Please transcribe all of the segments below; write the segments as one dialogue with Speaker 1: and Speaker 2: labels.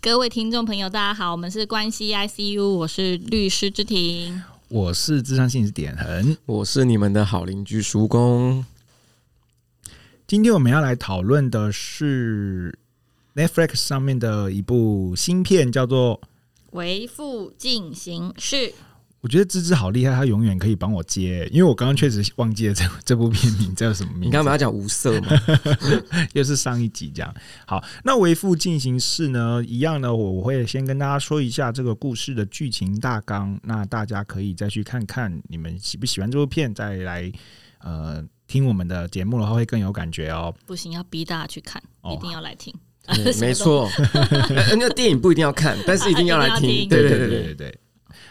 Speaker 1: 各位听众朋友，大家好，我们是关系 ICU，我是律师之庭。
Speaker 2: 我是智商心理师点恒，
Speaker 3: 我是你们的好邻居叔公。
Speaker 2: 今天我们要来讨论的是 Netflix 上面的一部新片，叫做
Speaker 1: 为父进行式，
Speaker 2: 我觉得芝芝好厉害，她永远可以帮我接，因为我刚刚确实忘记了这这部片名叫什么名
Speaker 3: 你
Speaker 2: 字
Speaker 3: 刚，刚不要讲无色嘛？
Speaker 2: 又是上一集这样。好，那为父进行式呢，一样呢，我我会先跟大家说一下这个故事的剧情大纲，那大家可以再去看看你们喜不喜欢这部片，再来呃听我们的节目的话会更有感觉哦。
Speaker 1: 不行，要逼大家去看，
Speaker 2: 哦
Speaker 1: 一定要来听。
Speaker 3: 对没错，呃那电影不一定要看，但是一定要来
Speaker 1: 一定要听
Speaker 3: 听。对对
Speaker 2: 对
Speaker 3: 对
Speaker 2: 对
Speaker 3: 对，
Speaker 2: 对。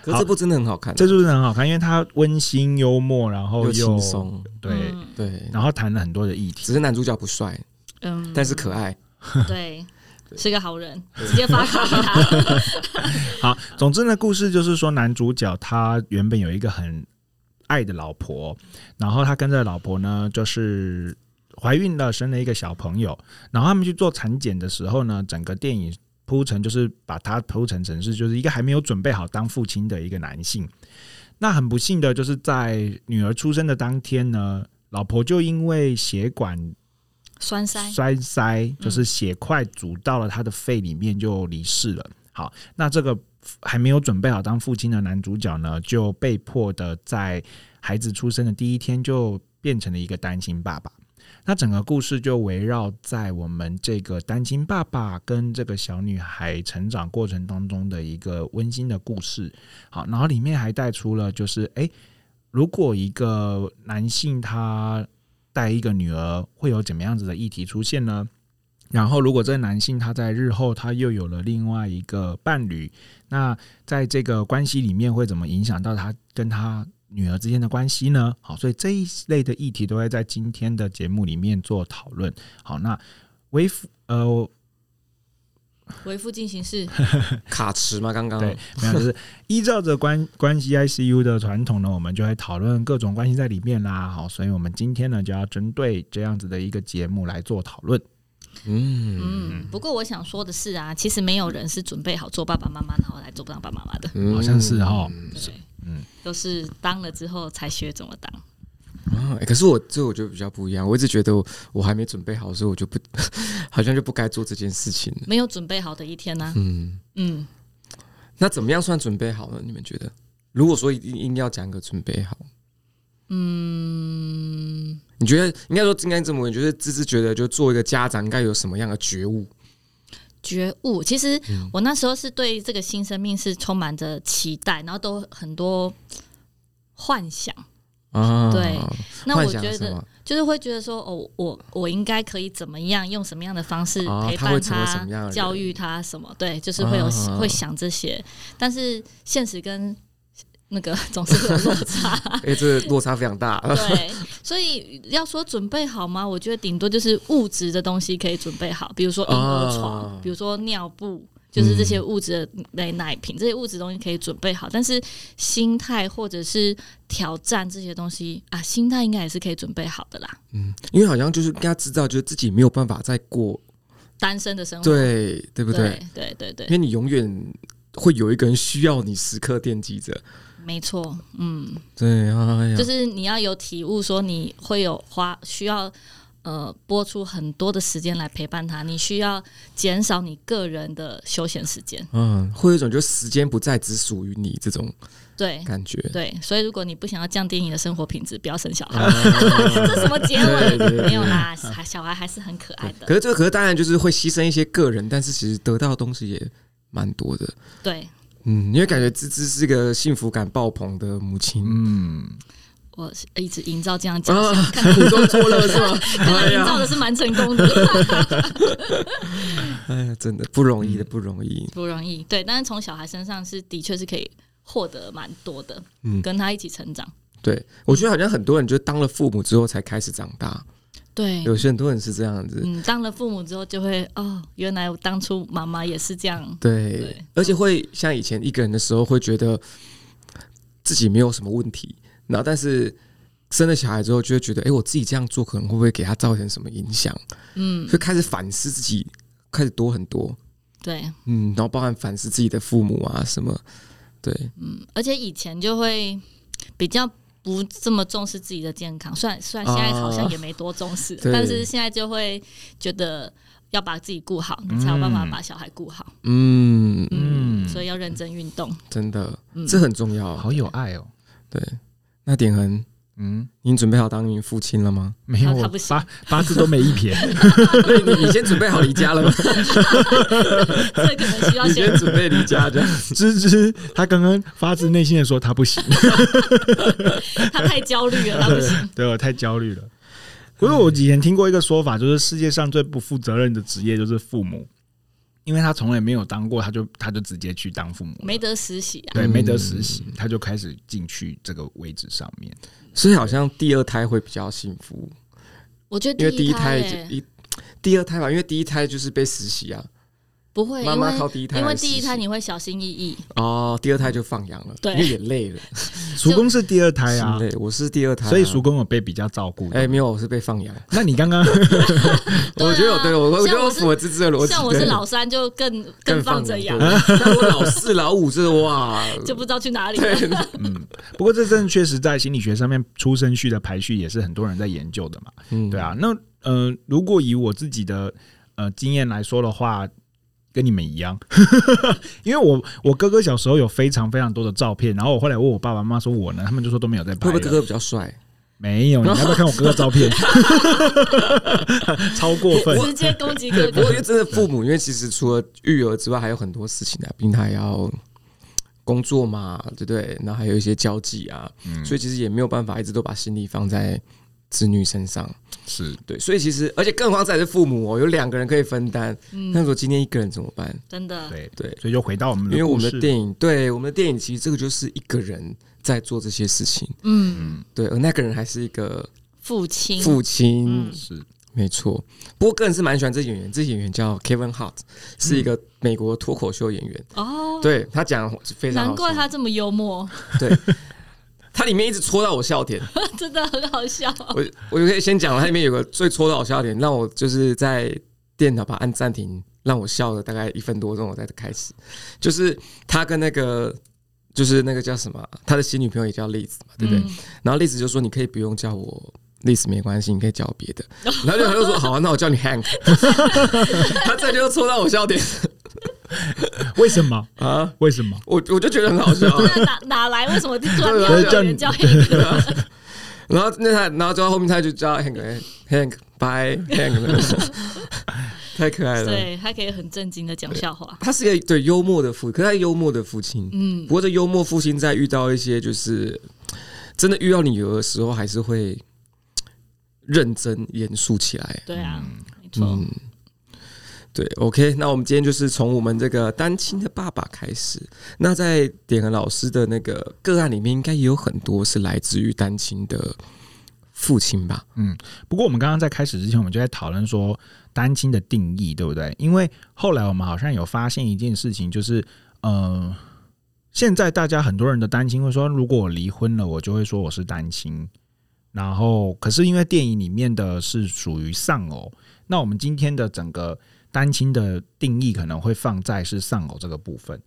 Speaker 3: 可是这部真的很好看，啊
Speaker 2: 这就是哦很好看，因为它温馨幽默，然后
Speaker 3: 又
Speaker 2: 又
Speaker 3: 轻松。
Speaker 2: 对，
Speaker 1: 嗯
Speaker 3: 对，
Speaker 2: 然后谈了很多的议题。
Speaker 3: 只是男主角不帅，
Speaker 1: 嗯
Speaker 3: 但是可爱。
Speaker 1: 对，是个好人，直接发卡给他。
Speaker 2: 好，总之呢，故事就是说，男主角他原本有一个很爱的老婆，然后他跟着老婆呢，就是怀孕了，生了一个小朋友。然后他们去做产检的时候呢，整个电影铺陈就是把他铺陈成是就是一个还没有准备好当父亲的一个男性。那很不幸的就是在女儿出生的当天呢，老婆就因为血管
Speaker 1: 栓塞，
Speaker 2: 栓塞就是血块阻到了他的肺里面就离世了。好，那这个还没有准备好当父亲的男主角呢，就被迫的在孩子出生的第一天就变成了一个单亲爸爸。那整个故事就围绕在我们这个单亲爸爸跟这个小女孩成长过程当中的一个温馨的故事。好，然后里面还带出了就是，诶，如果一个男性他带一个女儿，会有怎么样子的议题出现呢？然后，如果这个男性他在日后他又有了另外一个伴侣，那在这个关系里面会怎么影响到他跟他女儿之间的关系呢？好，所以这一类的议题都会在今天的节目里面做讨论。好，那为父呃，
Speaker 1: 为父进行式，
Speaker 3: 卡池嘛，刚刚
Speaker 2: 对，没有，就是依照着关关系 ICU 的传统呢，我们就会讨论各种关系在里面啦。好，所以我们今天呢就要针对这样子的一个节目来做讨论。
Speaker 3: 嗯
Speaker 1: 嗯，不过我想说的是啊，其实没有人是准备好做爸爸妈妈，然后来做当爸爸妈妈的，
Speaker 3: 嗯
Speaker 2: 好像是啊哈
Speaker 1: 对，
Speaker 2: 嗯，
Speaker 1: 都是当了之后才学怎么当。
Speaker 3: 啊欸可是我这我觉得比较不一样，我一直觉得我我还没准备好，所以我就不 好像就不该做这件事情了。
Speaker 1: 没有准备好的一天呢、
Speaker 3: 嗯，
Speaker 1: 嗯，
Speaker 3: 那怎么样算准备好呢？你们觉得？如果说一定一定要讲个准备好，嗯，你觉得应该说应该这么问？你觉得芝芝觉得就做一个家长应该有什么样的觉悟？
Speaker 1: 觉悟。其实
Speaker 3: 嗯
Speaker 1: 我那时候是对这个新生命是充满着期待，然后都很多幻想。
Speaker 3: 啊，
Speaker 1: 对那我
Speaker 3: 幻想
Speaker 1: 觉
Speaker 3: 什
Speaker 1: 得
Speaker 3: 么？
Speaker 1: 就是会觉得说，哦，我我应该可以怎么样，用什么样的方式
Speaker 3: 哦
Speaker 1: 陪
Speaker 3: 他
Speaker 1: 伴
Speaker 3: 会成为什么样的人
Speaker 1: 教育他什么？对，就是会有、
Speaker 3: 啊
Speaker 1: 会想这些，但是现实跟那个总是会有落差。
Speaker 3: 哎、这落差非常大。
Speaker 1: 对，所以要说准备好吗？我觉得顶多就是物质的东西可以准备好，比如说婴儿床，
Speaker 3: 啊
Speaker 1: 比如说尿布，就是这些物质的奶奶瓶，这些物质东西可以准备好。但是心态或者是挑战这些东西啊，心态应该也是可以准备好的啦。
Speaker 3: 嗯，因为好像就是大家知道，就是自己没有办法再过，
Speaker 1: 单身的生活，
Speaker 3: 对对不对？
Speaker 1: 对对对哦对，
Speaker 3: 因为你永远会有一个人需要你时刻惦记着。
Speaker 1: 没错，嗯，
Speaker 3: 对，哎呀，
Speaker 1: 就是你要有体悟，说你会有花需要呃播出很多的时间来陪伴他，你需要减少你个人的休闲时间。
Speaker 3: 嗯，会有一种就是时间不再只属于你这种
Speaker 1: 对
Speaker 3: 感觉。
Speaker 1: 对，所以如果你不想要降低你的生活品质，不要生小孩。
Speaker 3: 啊
Speaker 1: 这什么结
Speaker 3: 对对
Speaker 1: 尾？
Speaker 3: 对啊
Speaker 1: 没有啦，小小孩还是很可爱
Speaker 3: 可
Speaker 1: 的。
Speaker 3: 是这个，可是当然就是会牺牲一些个人，但是其实得到的东西也蛮多的。
Speaker 1: 对
Speaker 3: 嗯，因为感觉芝芝是个幸福感爆棚的母亲，
Speaker 2: 嗯，
Speaker 1: 我一直营造这样讲，
Speaker 3: 啊， 苦中作乐是吗？
Speaker 1: 看来营造的是蛮成功
Speaker 3: 啊
Speaker 1: 的，
Speaker 3: 哎呀，真的不容易的，
Speaker 1: 嗯
Speaker 3: 不容易。
Speaker 1: 不容易。对，但是从小孩身上是的确是可以获得蛮多的，
Speaker 3: 嗯
Speaker 1: 跟他一起成长。
Speaker 3: 对，我觉得好像很多人就当了父母之后才开始长大，
Speaker 1: 对，
Speaker 3: 有些很多人是这样子。
Speaker 1: 嗯，当了父母之后就会哦，原来我当初妈妈也是这样。
Speaker 3: 对
Speaker 1: 对，
Speaker 3: 而且会像以前一个人的时候，会觉得自己没有什么问题，然后但是生了小孩之后，就会觉得，哎、我自己这样做可能会不会给他造成什么影响？
Speaker 1: 嗯，
Speaker 3: 就开始反思自己，开始多很多。
Speaker 1: 对，
Speaker 3: 嗯，然后包含反思自己的父母啊什么，对，
Speaker 1: 而且以前就会比较不这么重视自己的健康，虽然虽然现在好像也没多重视，
Speaker 3: 啊对
Speaker 1: 但是现在就会觉得要把自己顾好，你才有办法把小孩顾好。
Speaker 3: 嗯，
Speaker 1: 嗯，所以要认真运动。
Speaker 3: 真的，
Speaker 1: 嗯
Speaker 3: 这很重要。啊
Speaker 2: 好有爱哦。
Speaker 3: 对，那点恒，
Speaker 2: 嗯，
Speaker 3: 你准备好当一名父亲了 吗？
Speaker 2: 没有
Speaker 1: 他他
Speaker 2: 我
Speaker 1: 不行
Speaker 2: 八八字都没一撇，
Speaker 3: 对你你先准备好离家了 吗？
Speaker 1: 这可能需要
Speaker 3: 你
Speaker 1: 先
Speaker 3: 先准备离家这样。
Speaker 2: 芝芝他刚刚发自内心的说他不行，
Speaker 1: 他太焦虑了，他不行。
Speaker 2: 对嗯我太焦虑了。不是我以前听过一个说法，就是世界上最不负责任的职业就是父母，因为他从来没有当过，他就他就直接去当父母了，
Speaker 1: 没得实习啊，
Speaker 2: 对没得实习，他就开始进去这个位置上面。
Speaker 3: 所以好像第二胎会比较幸福，
Speaker 1: 我觉得
Speaker 3: 因为第一胎
Speaker 1: 胎
Speaker 3: 已
Speaker 1: 欸
Speaker 3: 经一第二胎吧，因为第一胎就是被实习啊，
Speaker 1: 不会，
Speaker 3: 妈
Speaker 1: 因
Speaker 3: 妈
Speaker 1: 为
Speaker 3: 靠第一胎来
Speaker 1: 因为
Speaker 3: 实习
Speaker 1: 第一胎你会小心翼翼，
Speaker 3: 哦，第二胎就放养了，
Speaker 1: 对
Speaker 3: 因为也累了，
Speaker 1: 嗯
Speaker 2: 叔公是第二胎啊
Speaker 3: 心，累。我是第二胎啊，
Speaker 2: 所以叔公有被比较照顾。
Speaker 3: 哎、没有，我是被放养。
Speaker 2: 那你刚刚
Speaker 1: 对啊
Speaker 3: 我觉得我对我，我
Speaker 1: 像
Speaker 3: 觉得
Speaker 1: 我
Speaker 3: 我
Speaker 1: 是
Speaker 3: 符合芝芝的逻辑。
Speaker 1: 像我是
Speaker 3: 对
Speaker 1: 老三就更
Speaker 3: 更
Speaker 1: 放着
Speaker 3: 着
Speaker 1: 养，
Speaker 3: 那我老四老五这哇，
Speaker 1: 就不知道去哪里了。
Speaker 3: 对，啊
Speaker 2: 不过这真的确实在心理学上面出生序的排序也是很多人在研究的嘛。
Speaker 3: 嗯
Speaker 2: 对，啊，那呃，如果以我自己的呃经验来说的话，跟你们一样， 因为我我哥哥小时候有非常非常多的照片，然后我后来问我爸爸妈妈说我呢，他们就说都没有在拍
Speaker 3: 会不
Speaker 2: 了。
Speaker 3: 会哥哥比较帅？
Speaker 2: 没有？你要不要看我哥哥照片？ 超过分！
Speaker 1: 直接攻击哥
Speaker 3: 不过
Speaker 1: 哥
Speaker 3: 因，为真的父母，因为其实除了育儿之外，还有很多事情啊，毕竟他还要工作嘛，对不对？然后还有一些交际啊，
Speaker 2: 嗯
Speaker 3: 所以其实也没有办法一直都把心力放在子女身上。
Speaker 2: 是
Speaker 3: 对，所以其实而且更何况再是父母哦，有两个人可以分担，那如果今天一个人怎么办？
Speaker 1: 嗯真的
Speaker 2: 对
Speaker 3: 对
Speaker 2: 所以就回到我们的
Speaker 3: 因为我们的
Speaker 2: 故事
Speaker 3: 电影，对我们的电影，其实这个就是一个人在做这些事情，
Speaker 1: 嗯，
Speaker 3: 对，而那个人还是一个
Speaker 1: 父亲，
Speaker 3: 父亲
Speaker 1: 嗯，
Speaker 2: 是
Speaker 3: 没错。不过个人是蛮喜欢这演员，这演员叫 Kevin Hart，是一个美国脱口秀演员，
Speaker 1: 哦，
Speaker 3: 对他讲得非常好
Speaker 1: 难怪
Speaker 3: 笑
Speaker 1: 他这么幽默，
Speaker 3: 他里面一直戳到我笑点，
Speaker 1: 真的很好笑。
Speaker 3: 我我就可以先讲了，它里面有个最戳到我笑点，让我就是在电脑旁按暂停，让我笑了大概一分多钟，我再开始。就是他跟那个就是那个叫什么啊，他的新女朋友也叫 Liz 嘛，对不对？
Speaker 1: 嗯
Speaker 3: 然后 Liz 就说你可以不用叫我。Liz 没关系，你可以叫我别的。然后就他就说好、啊，那我叫你 Hank。他这就戳到我笑点
Speaker 2: 为什么？
Speaker 3: 啊，
Speaker 2: 为什么？
Speaker 3: 我我就觉得很好笑啊、
Speaker 1: 那哪哪来？为什么突然
Speaker 3: 对
Speaker 1: 要有
Speaker 2: 叫
Speaker 1: 人
Speaker 2: 你
Speaker 1: 叫黑哥？
Speaker 3: 然后那他，然后最后后面他就叫 Hank Hank Bye Hank，太可爱了。
Speaker 1: 对，他可以很正经的讲笑话。
Speaker 3: 他是一个对幽默的父，可是他是幽默的父亲。
Speaker 1: 嗯
Speaker 3: 不过这幽默父亲在遇到一些就是真的遇到你的时候，还是会认真严肃起来。
Speaker 1: 对啊，没错，
Speaker 3: 嗯，对，OK，那我们今天就是从我们这个单亲的爸爸开始。那在点恒老师的那个个案里面，应该也有很多是来自于单亲的父亲吧？
Speaker 2: 不过我们刚刚在开始之前，我们就在讨论说单亲的定义，对不对？因为后来我们好像有发现一件事情，就是呃，现在大家很多人的单亲会说，如果我离婚了，我就会说我是单亲。然后，可是因为电影里面的是属于丧偶，那我们今天的整个单亲的定义可能会放在是丧偶这个部分，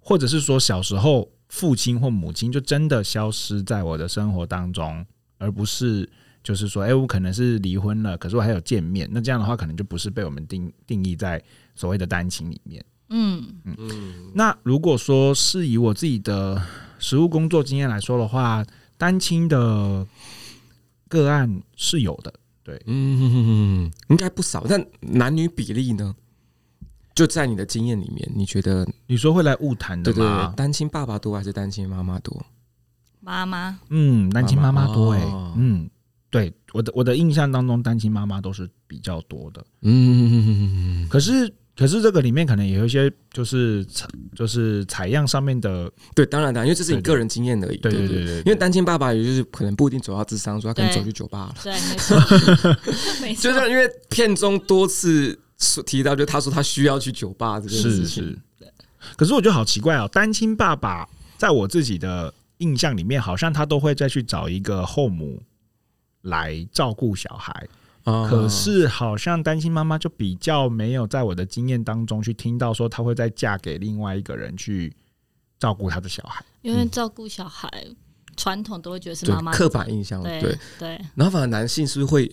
Speaker 2: 或者是说小时候父亲或母亲就真的消失在我的生活当中，而不是就是说，哎、我可能是离婚了，可是我还有见面，那这样的话可能就不是被我们定定义在所谓的单亲里面。
Speaker 1: 嗯，
Speaker 2: 那如果说是以我自己的实务工作经验来说的话，单亲的个案是有的，
Speaker 3: 嗯，应该不少。但男女比例呢？就在你的经验里面，你觉得
Speaker 2: 你说会来误谈的
Speaker 3: 对
Speaker 2: 吗？
Speaker 3: 对对，单亲爸爸多还是单亲妈妈多？
Speaker 1: 妈妈，
Speaker 2: 嗯，单亲妈妈多哎、
Speaker 3: 哦
Speaker 2: 嗯，对，我的我的印象当中，单亲妈妈都是比较多的。
Speaker 3: 嗯，
Speaker 2: 可是可是这个里面可能也有一些就是就是采样上面的，
Speaker 3: 对，当然的，因为这是你
Speaker 2: 对对
Speaker 3: 个人经验而已。
Speaker 2: 对对
Speaker 3: 对
Speaker 2: 对对
Speaker 3: 因为单亲爸爸也就是可能不一定走到智商，说他可能
Speaker 1: 对
Speaker 3: 走去酒吧了。
Speaker 1: 对，没 错，没
Speaker 3: 就嗯
Speaker 1: 错，
Speaker 3: 是因为片中多次说提到，就他说他需要去酒吧这件事
Speaker 2: 是
Speaker 3: 情。
Speaker 2: 是。可是我觉得好奇怪哦，单亲爸爸在我自己的印象里面，好像他都会再去找一个后母来照顾小孩。
Speaker 3: 啊
Speaker 2: 可是好像单亲妈妈就比较没有在我的经验当中去听到说她会再嫁给另外一个人去照顾她的小孩。
Speaker 1: 因为照顾小孩，传统都会觉得是
Speaker 3: 对
Speaker 1: 妈妈
Speaker 3: 刻板印象，对
Speaker 1: 对。对
Speaker 3: 然后反而男性是不是会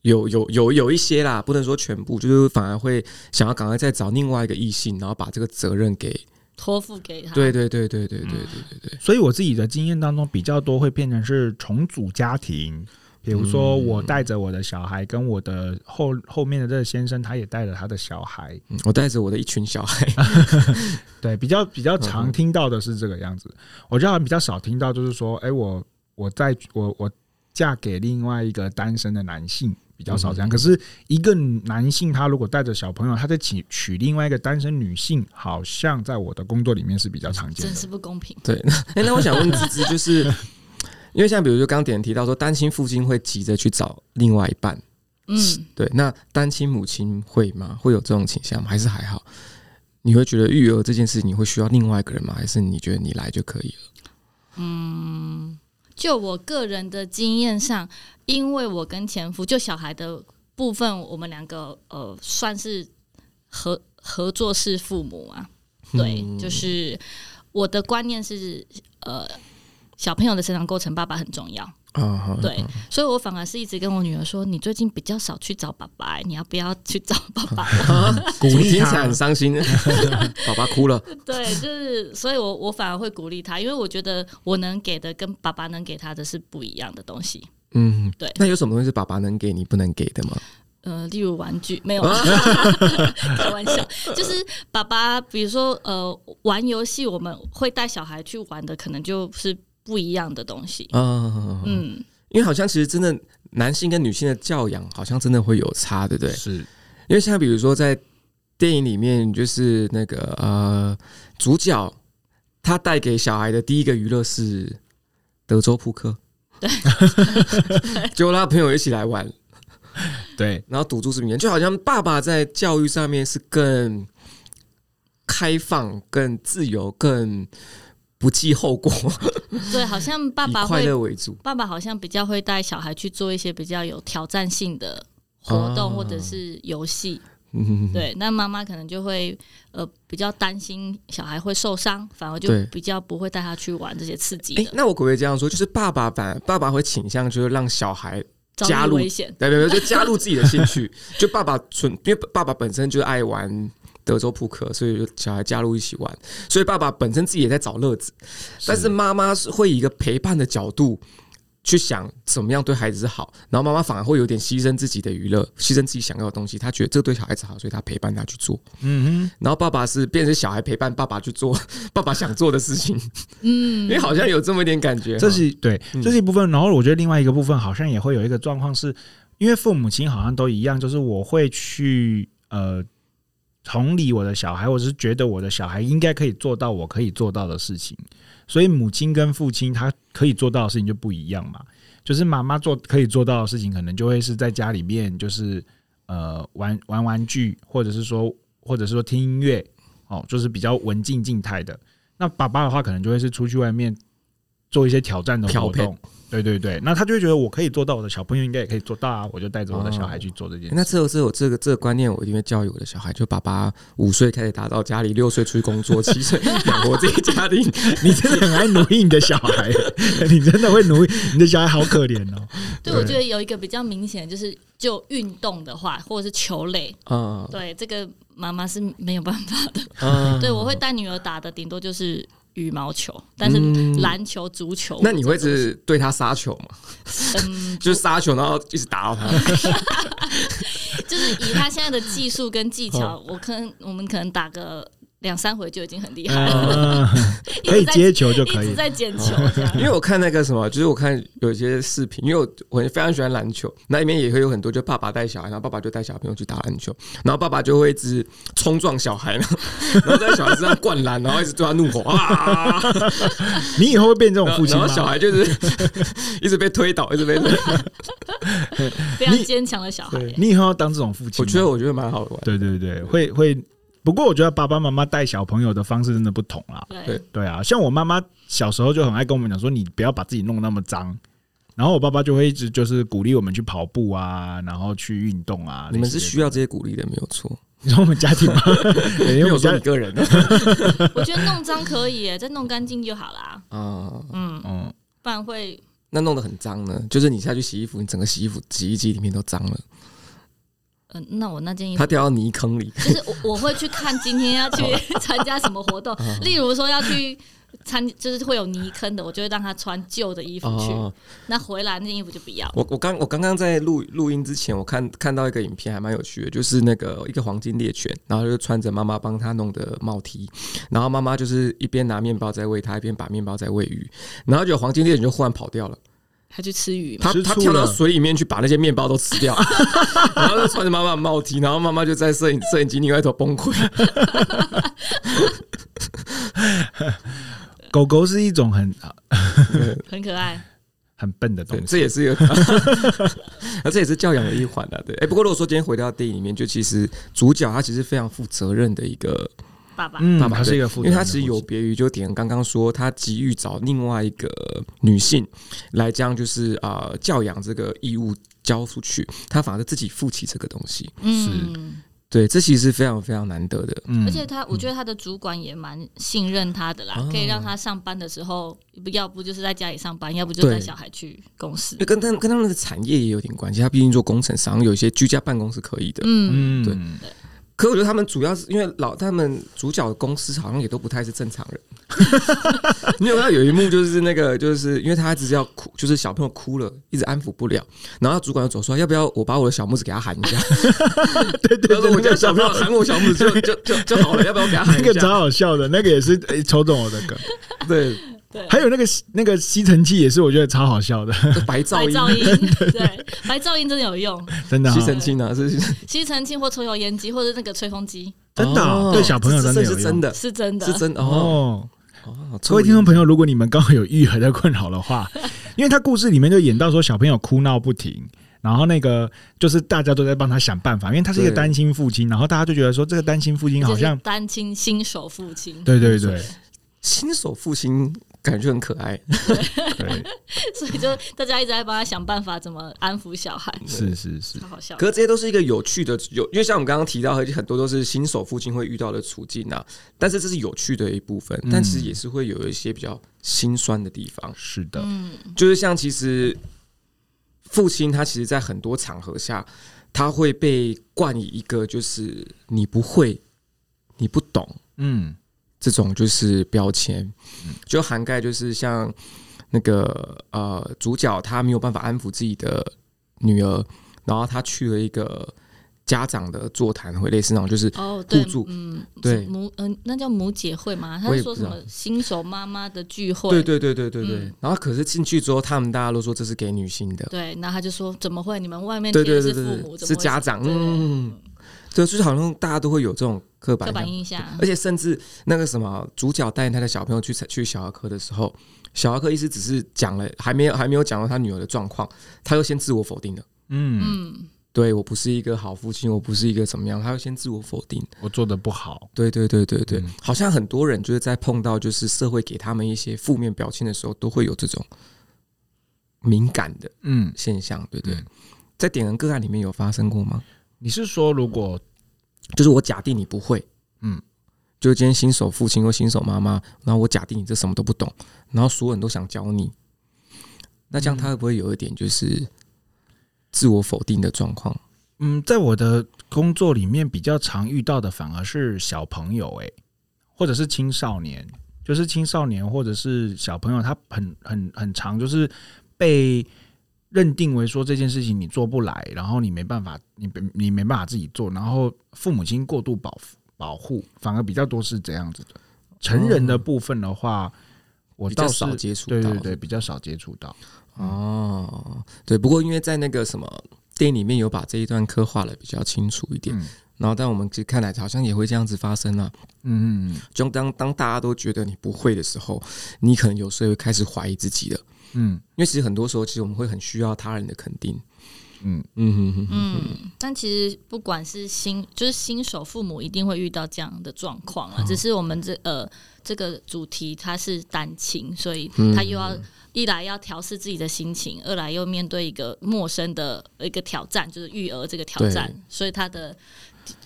Speaker 3: 有有有有一些啦，不能说全部，就是反而会想要赶快再找另外一个异性，然后把这个责任给
Speaker 1: 托付给他。嗯
Speaker 3: 对对对对对对对对对，
Speaker 2: 所以我自己的经验当中比较多会变成是重组家庭，比如说
Speaker 3: 嗯
Speaker 2: 我带着我的小孩，跟我的后后面的这个先生，他也带着他的小孩，
Speaker 3: 嗯我带着我的一群小孩，
Speaker 2: 对，比较比较
Speaker 3: 嗯
Speaker 2: 常
Speaker 3: 哼
Speaker 2: 听到的是这个样子。我觉得好像比较少听到，就是说，哎、我我在我我嫁给另外一个单身的男性。比较少这样，
Speaker 3: 嗯
Speaker 2: 可是一个男性他如果带着小朋友，他在娶娶另外一个单身女性，好像在我的工作里面是比较常见
Speaker 1: 真
Speaker 2: 的。
Speaker 1: 是不公平。
Speaker 3: 对，那、诶那我想问芝芝，就是因为像比如说刚刚点提到说，单亲父亲会急着去找另外一半，
Speaker 1: 嗯，
Speaker 3: 对，那单亲母亲会吗？会有这种倾向吗？还是还好？你会觉得育儿这件事，你会需要另外一个人吗？还是你觉得你来就可以了？
Speaker 1: 就我个人的经验上，因为我跟前夫就小孩的部分，我们两个呃算是合合作式父母啊。对，
Speaker 3: 嗯
Speaker 1: 就是我的观念是呃。小朋友的成长过程，爸爸很重要，
Speaker 3: 啊哈，
Speaker 1: 对，所以我反而是一直跟我女儿说，你最近比较少去找爸爸、欸你要不要去找爸爸？
Speaker 2: 鼓
Speaker 3: 怎么
Speaker 2: 励
Speaker 3: 听起
Speaker 2: 他
Speaker 3: 来很伤心， 爸爸哭了。
Speaker 1: 对，就是，所以我我反而会鼓励他，因为我觉得我能给的跟爸爸能给他的是不一样的东西。
Speaker 3: 嗯，
Speaker 1: 对
Speaker 3: 那有什么东西是爸爸能给你不能给的吗？
Speaker 1: 呃，例如玩具 没有，开玩笑，就是爸爸，比如说呃，玩游戏，我们会带小孩去玩的，可能就是不一样的东西。
Speaker 3: 啊，嗯，
Speaker 1: 嗯，
Speaker 3: 因为好像其实真的男性跟女性的教养好像真的会有差，对不对？
Speaker 2: 是
Speaker 3: 因为像比如说在电影里面，就是那个呃主角他带给小孩的第一个娱乐是德州扑克， 对，就拉朋友一起来玩，
Speaker 2: 对，
Speaker 3: 然后赌注是明天，就好像爸爸在教育上面是更开放、更自由、更不计后果，
Speaker 1: 嗯对，好像爸爸
Speaker 3: 以快
Speaker 1: 会，
Speaker 3: 乐为主。
Speaker 1: 爸爸好像比较会带小孩去做一些比较有挑战性的活动或者是游戏。
Speaker 3: 啊嗯，
Speaker 1: 对，那妈妈可能就会呃比较担心小孩会受伤，反而就
Speaker 3: 对
Speaker 1: 比较不会带他去玩这些刺激
Speaker 3: 哎、
Speaker 1: 的，
Speaker 3: 那我可不可以这样说？就是爸爸反爸爸会倾向就是让小孩
Speaker 1: 遭
Speaker 3: 加
Speaker 1: 遇
Speaker 3: 入
Speaker 1: 危险。嗯
Speaker 3: 对对对，就加入自己的兴趣。 就爸爸纯，因为爸爸本身就爱玩德州扑克，所以就小孩加入一起玩。所以爸爸本身自己也在找乐子，但是妈妈是会以一个陪伴的角度去想怎么样对孩子是好，然后妈妈反而会有点牺牲自己的娱乐，牺牲自己想要的东西。她觉得这对小孩子好，所以她陪伴他去做。
Speaker 2: 嗯哼，
Speaker 3: 然后爸爸是变成小孩陪伴爸爸去做 爸爸想做的事情，
Speaker 1: 嗯
Speaker 3: 因，为好像有这么一点感觉。
Speaker 2: 这是对，
Speaker 3: 嗯
Speaker 2: 这是一部分。然后我觉得另外一个部分好像也会有一个状况是，因为父母亲好像都一样，就是我会去呃同理我的小孩，我是觉得我的小孩应该可以做到我可以做到的事情，所以母亲跟父亲他可以做到的事情就不一样嘛。就是妈妈做可以做到的事情，可能就会是在家里面，就是呃玩玩玩具，或者是说或者是说听音乐，哦，就是比较文静静态的。那爸爸的话，可能就会是出去外面做一些挑战的
Speaker 3: 挑
Speaker 2: 活
Speaker 3: 配
Speaker 2: 动，对对对。那他就会觉得我可以做到，我的小朋友应该也可以做到啊，我就带着我的小孩去做这件事。
Speaker 3: 那这个这有这个这个观念，我一定会教育我的小孩。就爸爸五岁开始打造家里，六岁出去工作，七岁养活自己家庭。
Speaker 2: 你真 的很爱奴役你的小孩， 你真的会奴役你的小孩，好可怜 哦。
Speaker 1: 对，我觉得有一个比较明显，就是就运动的话，或者是球类，
Speaker 3: 啊、
Speaker 1: 对这个妈妈是没有办法的。
Speaker 3: 啊
Speaker 1: 对我会带女儿打的，顶多就是羽毛球，但是篮球、足球，
Speaker 3: 那你会一直对他杀球吗？
Speaker 1: 嗯，
Speaker 3: 就是杀球，然后一直打到他。
Speaker 1: 就是以她现在的技术跟技巧，我可能我们可能打个两三回就已经很厉害了，
Speaker 2: 嗯， 可以接球就可
Speaker 1: 呃一直
Speaker 2: 以。
Speaker 1: 在捡球这样。
Speaker 3: 因为我看那个什么，就是我看有一些视频，因为我我非常喜欢篮球，那里面也会有很多就爸爸带小孩，然后爸爸就带小朋友去打篮球，然后爸爸就会一直冲撞小孩，然后然后在小孩身上灌篮，然后一直对他怒吼啊，
Speaker 2: 你以后会变这种
Speaker 3: 然
Speaker 2: 父
Speaker 3: 后
Speaker 2: 亲
Speaker 3: 然后小
Speaker 2: 吗？
Speaker 3: 孩就是 一直被推倒，一直被推倒。
Speaker 1: 非常坚强的小孩，
Speaker 2: 你以后要当这种父亲
Speaker 3: 我
Speaker 2: 吗？
Speaker 3: 觉得我觉得蛮好玩。
Speaker 2: 对对对，会会。不过我觉得爸爸妈妈带小朋友的方式真的不同啦。
Speaker 1: 对
Speaker 3: 对
Speaker 2: 对啊，像我妈妈小时候就很爱跟我们讲说，你不要把自己弄那么脏。然后我爸爸就会一直就是鼓励我们去跑步啊，然后去运动啊。
Speaker 3: 你们是
Speaker 2: 类似
Speaker 3: 需要这些鼓励的，没有错。
Speaker 2: 这种你说我们家庭 吗？对因
Speaker 3: 没
Speaker 2: 为我
Speaker 3: 有
Speaker 2: 们
Speaker 3: 说
Speaker 2: 家
Speaker 3: 你个人啊的
Speaker 1: 我觉得弄脏可以耶，再弄干净就好啦。
Speaker 3: 啊，
Speaker 1: 嗯，
Speaker 2: 嗯，
Speaker 1: 不然会
Speaker 3: 那弄得很脏呢。就是你下去洗衣服，你整个洗衣服洗衣机里面都脏了，
Speaker 1: 嗯、那我那件衣服
Speaker 3: 它掉到泥坑里。
Speaker 1: 就是我我会去看今天要去参加什么活动，例如说要去参，就是会有泥坑的，我就会让他穿旧的衣服去。
Speaker 3: 哦，
Speaker 1: 那回来那件衣服就不要。
Speaker 3: 我我刚我刚刚在录录音之前，我看看到一个影片，还蛮有趣的，就是那个一个黄金猎犬，然后就穿着妈妈帮它弄的帽 T，然后妈妈就是一边拿面包在喂它，一边把面包在喂鱼，然后就黄金猎犬就忽然跑掉了，
Speaker 1: 他去吃鱼嘛？
Speaker 3: 它
Speaker 2: 吃
Speaker 3: 它
Speaker 2: 醋
Speaker 3: 跳到
Speaker 2: 了
Speaker 3: 水里面去把那些面包都 吃掉，然后就穿着妈妈的帽 T，然后妈妈就在摄影摄影机另外一头 崩溃。
Speaker 2: 狗狗是一种很啊
Speaker 1: 很可爱。
Speaker 2: 很笨的东西。
Speaker 3: 对，这也是一个， 啊，这也是教养的一环啊。对，哎、不过如果说今天回到电影里面，就其实主角他其实非常负责任的一个
Speaker 1: 爸爸，
Speaker 2: 嗯
Speaker 3: 爸，爸，
Speaker 2: 它是
Speaker 3: 对
Speaker 2: 一个负责
Speaker 3: 因为
Speaker 2: 任的
Speaker 3: 他
Speaker 2: 东
Speaker 3: 其
Speaker 2: 西，
Speaker 3: 实有别于就点刚刚说，他急于找另外一个女性来将就是啊、呃教养这个义务交出去，他反而是自己负起这个东西。
Speaker 1: 嗯，
Speaker 3: 对，这其实是非常非常难得的。
Speaker 2: 嗯，
Speaker 1: 而且他，我觉得他的主管也蛮信任他的啦，
Speaker 3: 哦
Speaker 1: 可以让他上班的时候，不要不就是在家里上班，要不就
Speaker 3: 对
Speaker 1: 带小孩去公司。
Speaker 3: 跟他跟他们的产业也有点关系，他毕竟做工程商，有一些居家办公是可以的。
Speaker 1: 嗯，
Speaker 2: 嗯，
Speaker 3: 对可我觉得他们主要是因为老他们主角的公司好像也都不太是正常 人。你有看到有一幕就是那个就是因为他一直要哭，就是小朋友哭了，一直安抚不了，然后他主管就走说要不要我把我的小拇指给他 喊一下？对对对，我家小朋友喊我小拇指就就就就好了，要不要给他喊
Speaker 2: 那个
Speaker 3: 一
Speaker 2: 超
Speaker 3: 下？
Speaker 2: 好笑的，那个也是诶抽中我的梗。
Speaker 3: 对，
Speaker 1: 对。
Speaker 2: 还有那个吸那个吸尘器也是我觉得超好笑的，
Speaker 3: 就白
Speaker 1: 白
Speaker 3: 噪音。
Speaker 1: 噪音，对，白噪音真的有用。
Speaker 2: 真的哈、
Speaker 3: 吸尘器呢？是
Speaker 1: 吸尘器或抽油烟机，或者那个吹风机，
Speaker 2: 真的啊、
Speaker 3: 哦
Speaker 2: 对小朋友
Speaker 3: 这
Speaker 2: 真
Speaker 3: 这
Speaker 2: 的有
Speaker 3: 是
Speaker 2: 用
Speaker 3: 真的，
Speaker 1: 是真的。
Speaker 3: 呃是真的哦
Speaker 2: 哦。
Speaker 3: 哦。
Speaker 2: 各位听众朋友，如果你们刚好有育儿的困扰的话，因为他故事里面就演到说小朋友哭闹不停，然后那个就是大家都在帮他想办法，因为他是一个
Speaker 3: 对
Speaker 2: 单亲父亲，然后大家就觉得说这个单亲父亲好
Speaker 1: 就
Speaker 2: 像
Speaker 1: 是单亲新手父亲，
Speaker 2: 对对对
Speaker 3: 新手父亲感觉就很可爱，
Speaker 2: 对，
Speaker 1: 所以就大家一直在帮他想办法怎么安抚小孩，
Speaker 3: 嗯
Speaker 2: 是是是，
Speaker 1: 超好笑
Speaker 3: 可。是这些都是一个有趣的，有因为像我们刚刚提到，很多都是新手父亲会遇到的处境啊。但是这是有趣的一部分，但其实也是会有一些比较心酸的地方。
Speaker 2: 是的，
Speaker 1: 嗯，
Speaker 3: 就是像其实父亲他其实在很多场合下，他会被冠以一个就是你不会、你不懂
Speaker 2: 嗯
Speaker 3: 这种就是标签，就涵盖就是像那个呃主角他没有办法安抚自己的女儿，然后他去了一个家长的座谈会，类似那种就是
Speaker 1: 哦，对
Speaker 3: 互助，
Speaker 1: 嗯，
Speaker 3: 对
Speaker 1: 母嗯，那叫母姐会吗？他
Speaker 3: 我
Speaker 1: 是
Speaker 3: 也
Speaker 1: 说
Speaker 3: 不
Speaker 1: 什
Speaker 3: 知道
Speaker 1: 么新手妈妈的聚会？
Speaker 3: 对对对对对对。
Speaker 1: 嗯
Speaker 3: 然后可是进去之后，他们大家都说这是给女性的，
Speaker 1: 对，然后他就说怎么会？你们外面
Speaker 3: 对
Speaker 1: 贴
Speaker 3: 对
Speaker 1: 的是
Speaker 3: 对对
Speaker 1: 父
Speaker 3: 对
Speaker 1: 母，
Speaker 3: 对，
Speaker 1: 怎
Speaker 3: 是
Speaker 1: 么会
Speaker 3: 家长，嗯，对，就是好像大家都会有这种刻板
Speaker 1: 刻
Speaker 3: 印象
Speaker 1: 板印象
Speaker 3: 而且甚至那个什么主角带他的小朋友去去小儿科的时候，小儿科医师只是讲了，还没有还没有讲到他女儿的状况，他又先自我否定了。
Speaker 2: 嗯，
Speaker 1: 嗯，
Speaker 3: 对我不是一个好父亲，我不是一个怎么样，他又先自我否定。
Speaker 2: 我做的不好，
Speaker 3: 对对对对对，
Speaker 2: 嗯
Speaker 3: 好像很多人就是在碰到就是社会给他们一些负面标签的时候，都会有这种敏感的
Speaker 2: 嗯，
Speaker 3: 现象，对不对？
Speaker 2: 嗯
Speaker 3: 在点人个案里面有发生过吗？
Speaker 2: 你是说如果
Speaker 3: 就是我假定你不会，
Speaker 2: 嗯，
Speaker 3: 就今天新手父亲或新手妈妈，然后我假定你这什么都不懂，然后所有人都想教你，那
Speaker 2: 嗯
Speaker 3: 这样他会不会有一点就是自我否定的状况？
Speaker 2: 嗯，在我的工作里面比较常遇到的反而是小朋友、欸，或者是青少年，就是青少年或者是小朋友，他很很很长，就是被认定为说这件事情你做不来，然后你没办法，你没你没办法自己做，然后父母亲过度保保护，反而比较多是这样子的。成人的部分的话，我
Speaker 3: 哦比
Speaker 2: 倒
Speaker 3: 较
Speaker 2: 是
Speaker 3: 少接触到，
Speaker 2: 对对对，比较少接触到。
Speaker 3: 哦，对。不过因为在那个什么电影里面有把这一段刻画的比较清楚一点，
Speaker 2: 嗯
Speaker 3: 然后但我们其实看来好像也会这样子发生啊。
Speaker 2: 嗯嗯
Speaker 3: 就当当大家都觉得你不会的时候，你可能有时候会开始怀疑自己了。
Speaker 2: 嗯，
Speaker 3: 因为其实很多时候，其实我们会很需要他人的肯定，嗯嗯嗯，
Speaker 1: 嗯，但其实不管是新，就是新手父母一定会遇到这样的状况
Speaker 3: 嗯
Speaker 1: 啊。只是我们这呃这个主题它是单亲，所以
Speaker 3: 嗯
Speaker 1: 他又要、一来要调试自己的心情，二来又面对一个陌生的呃一个挑战，就是育儿这个挑战，所以他的。的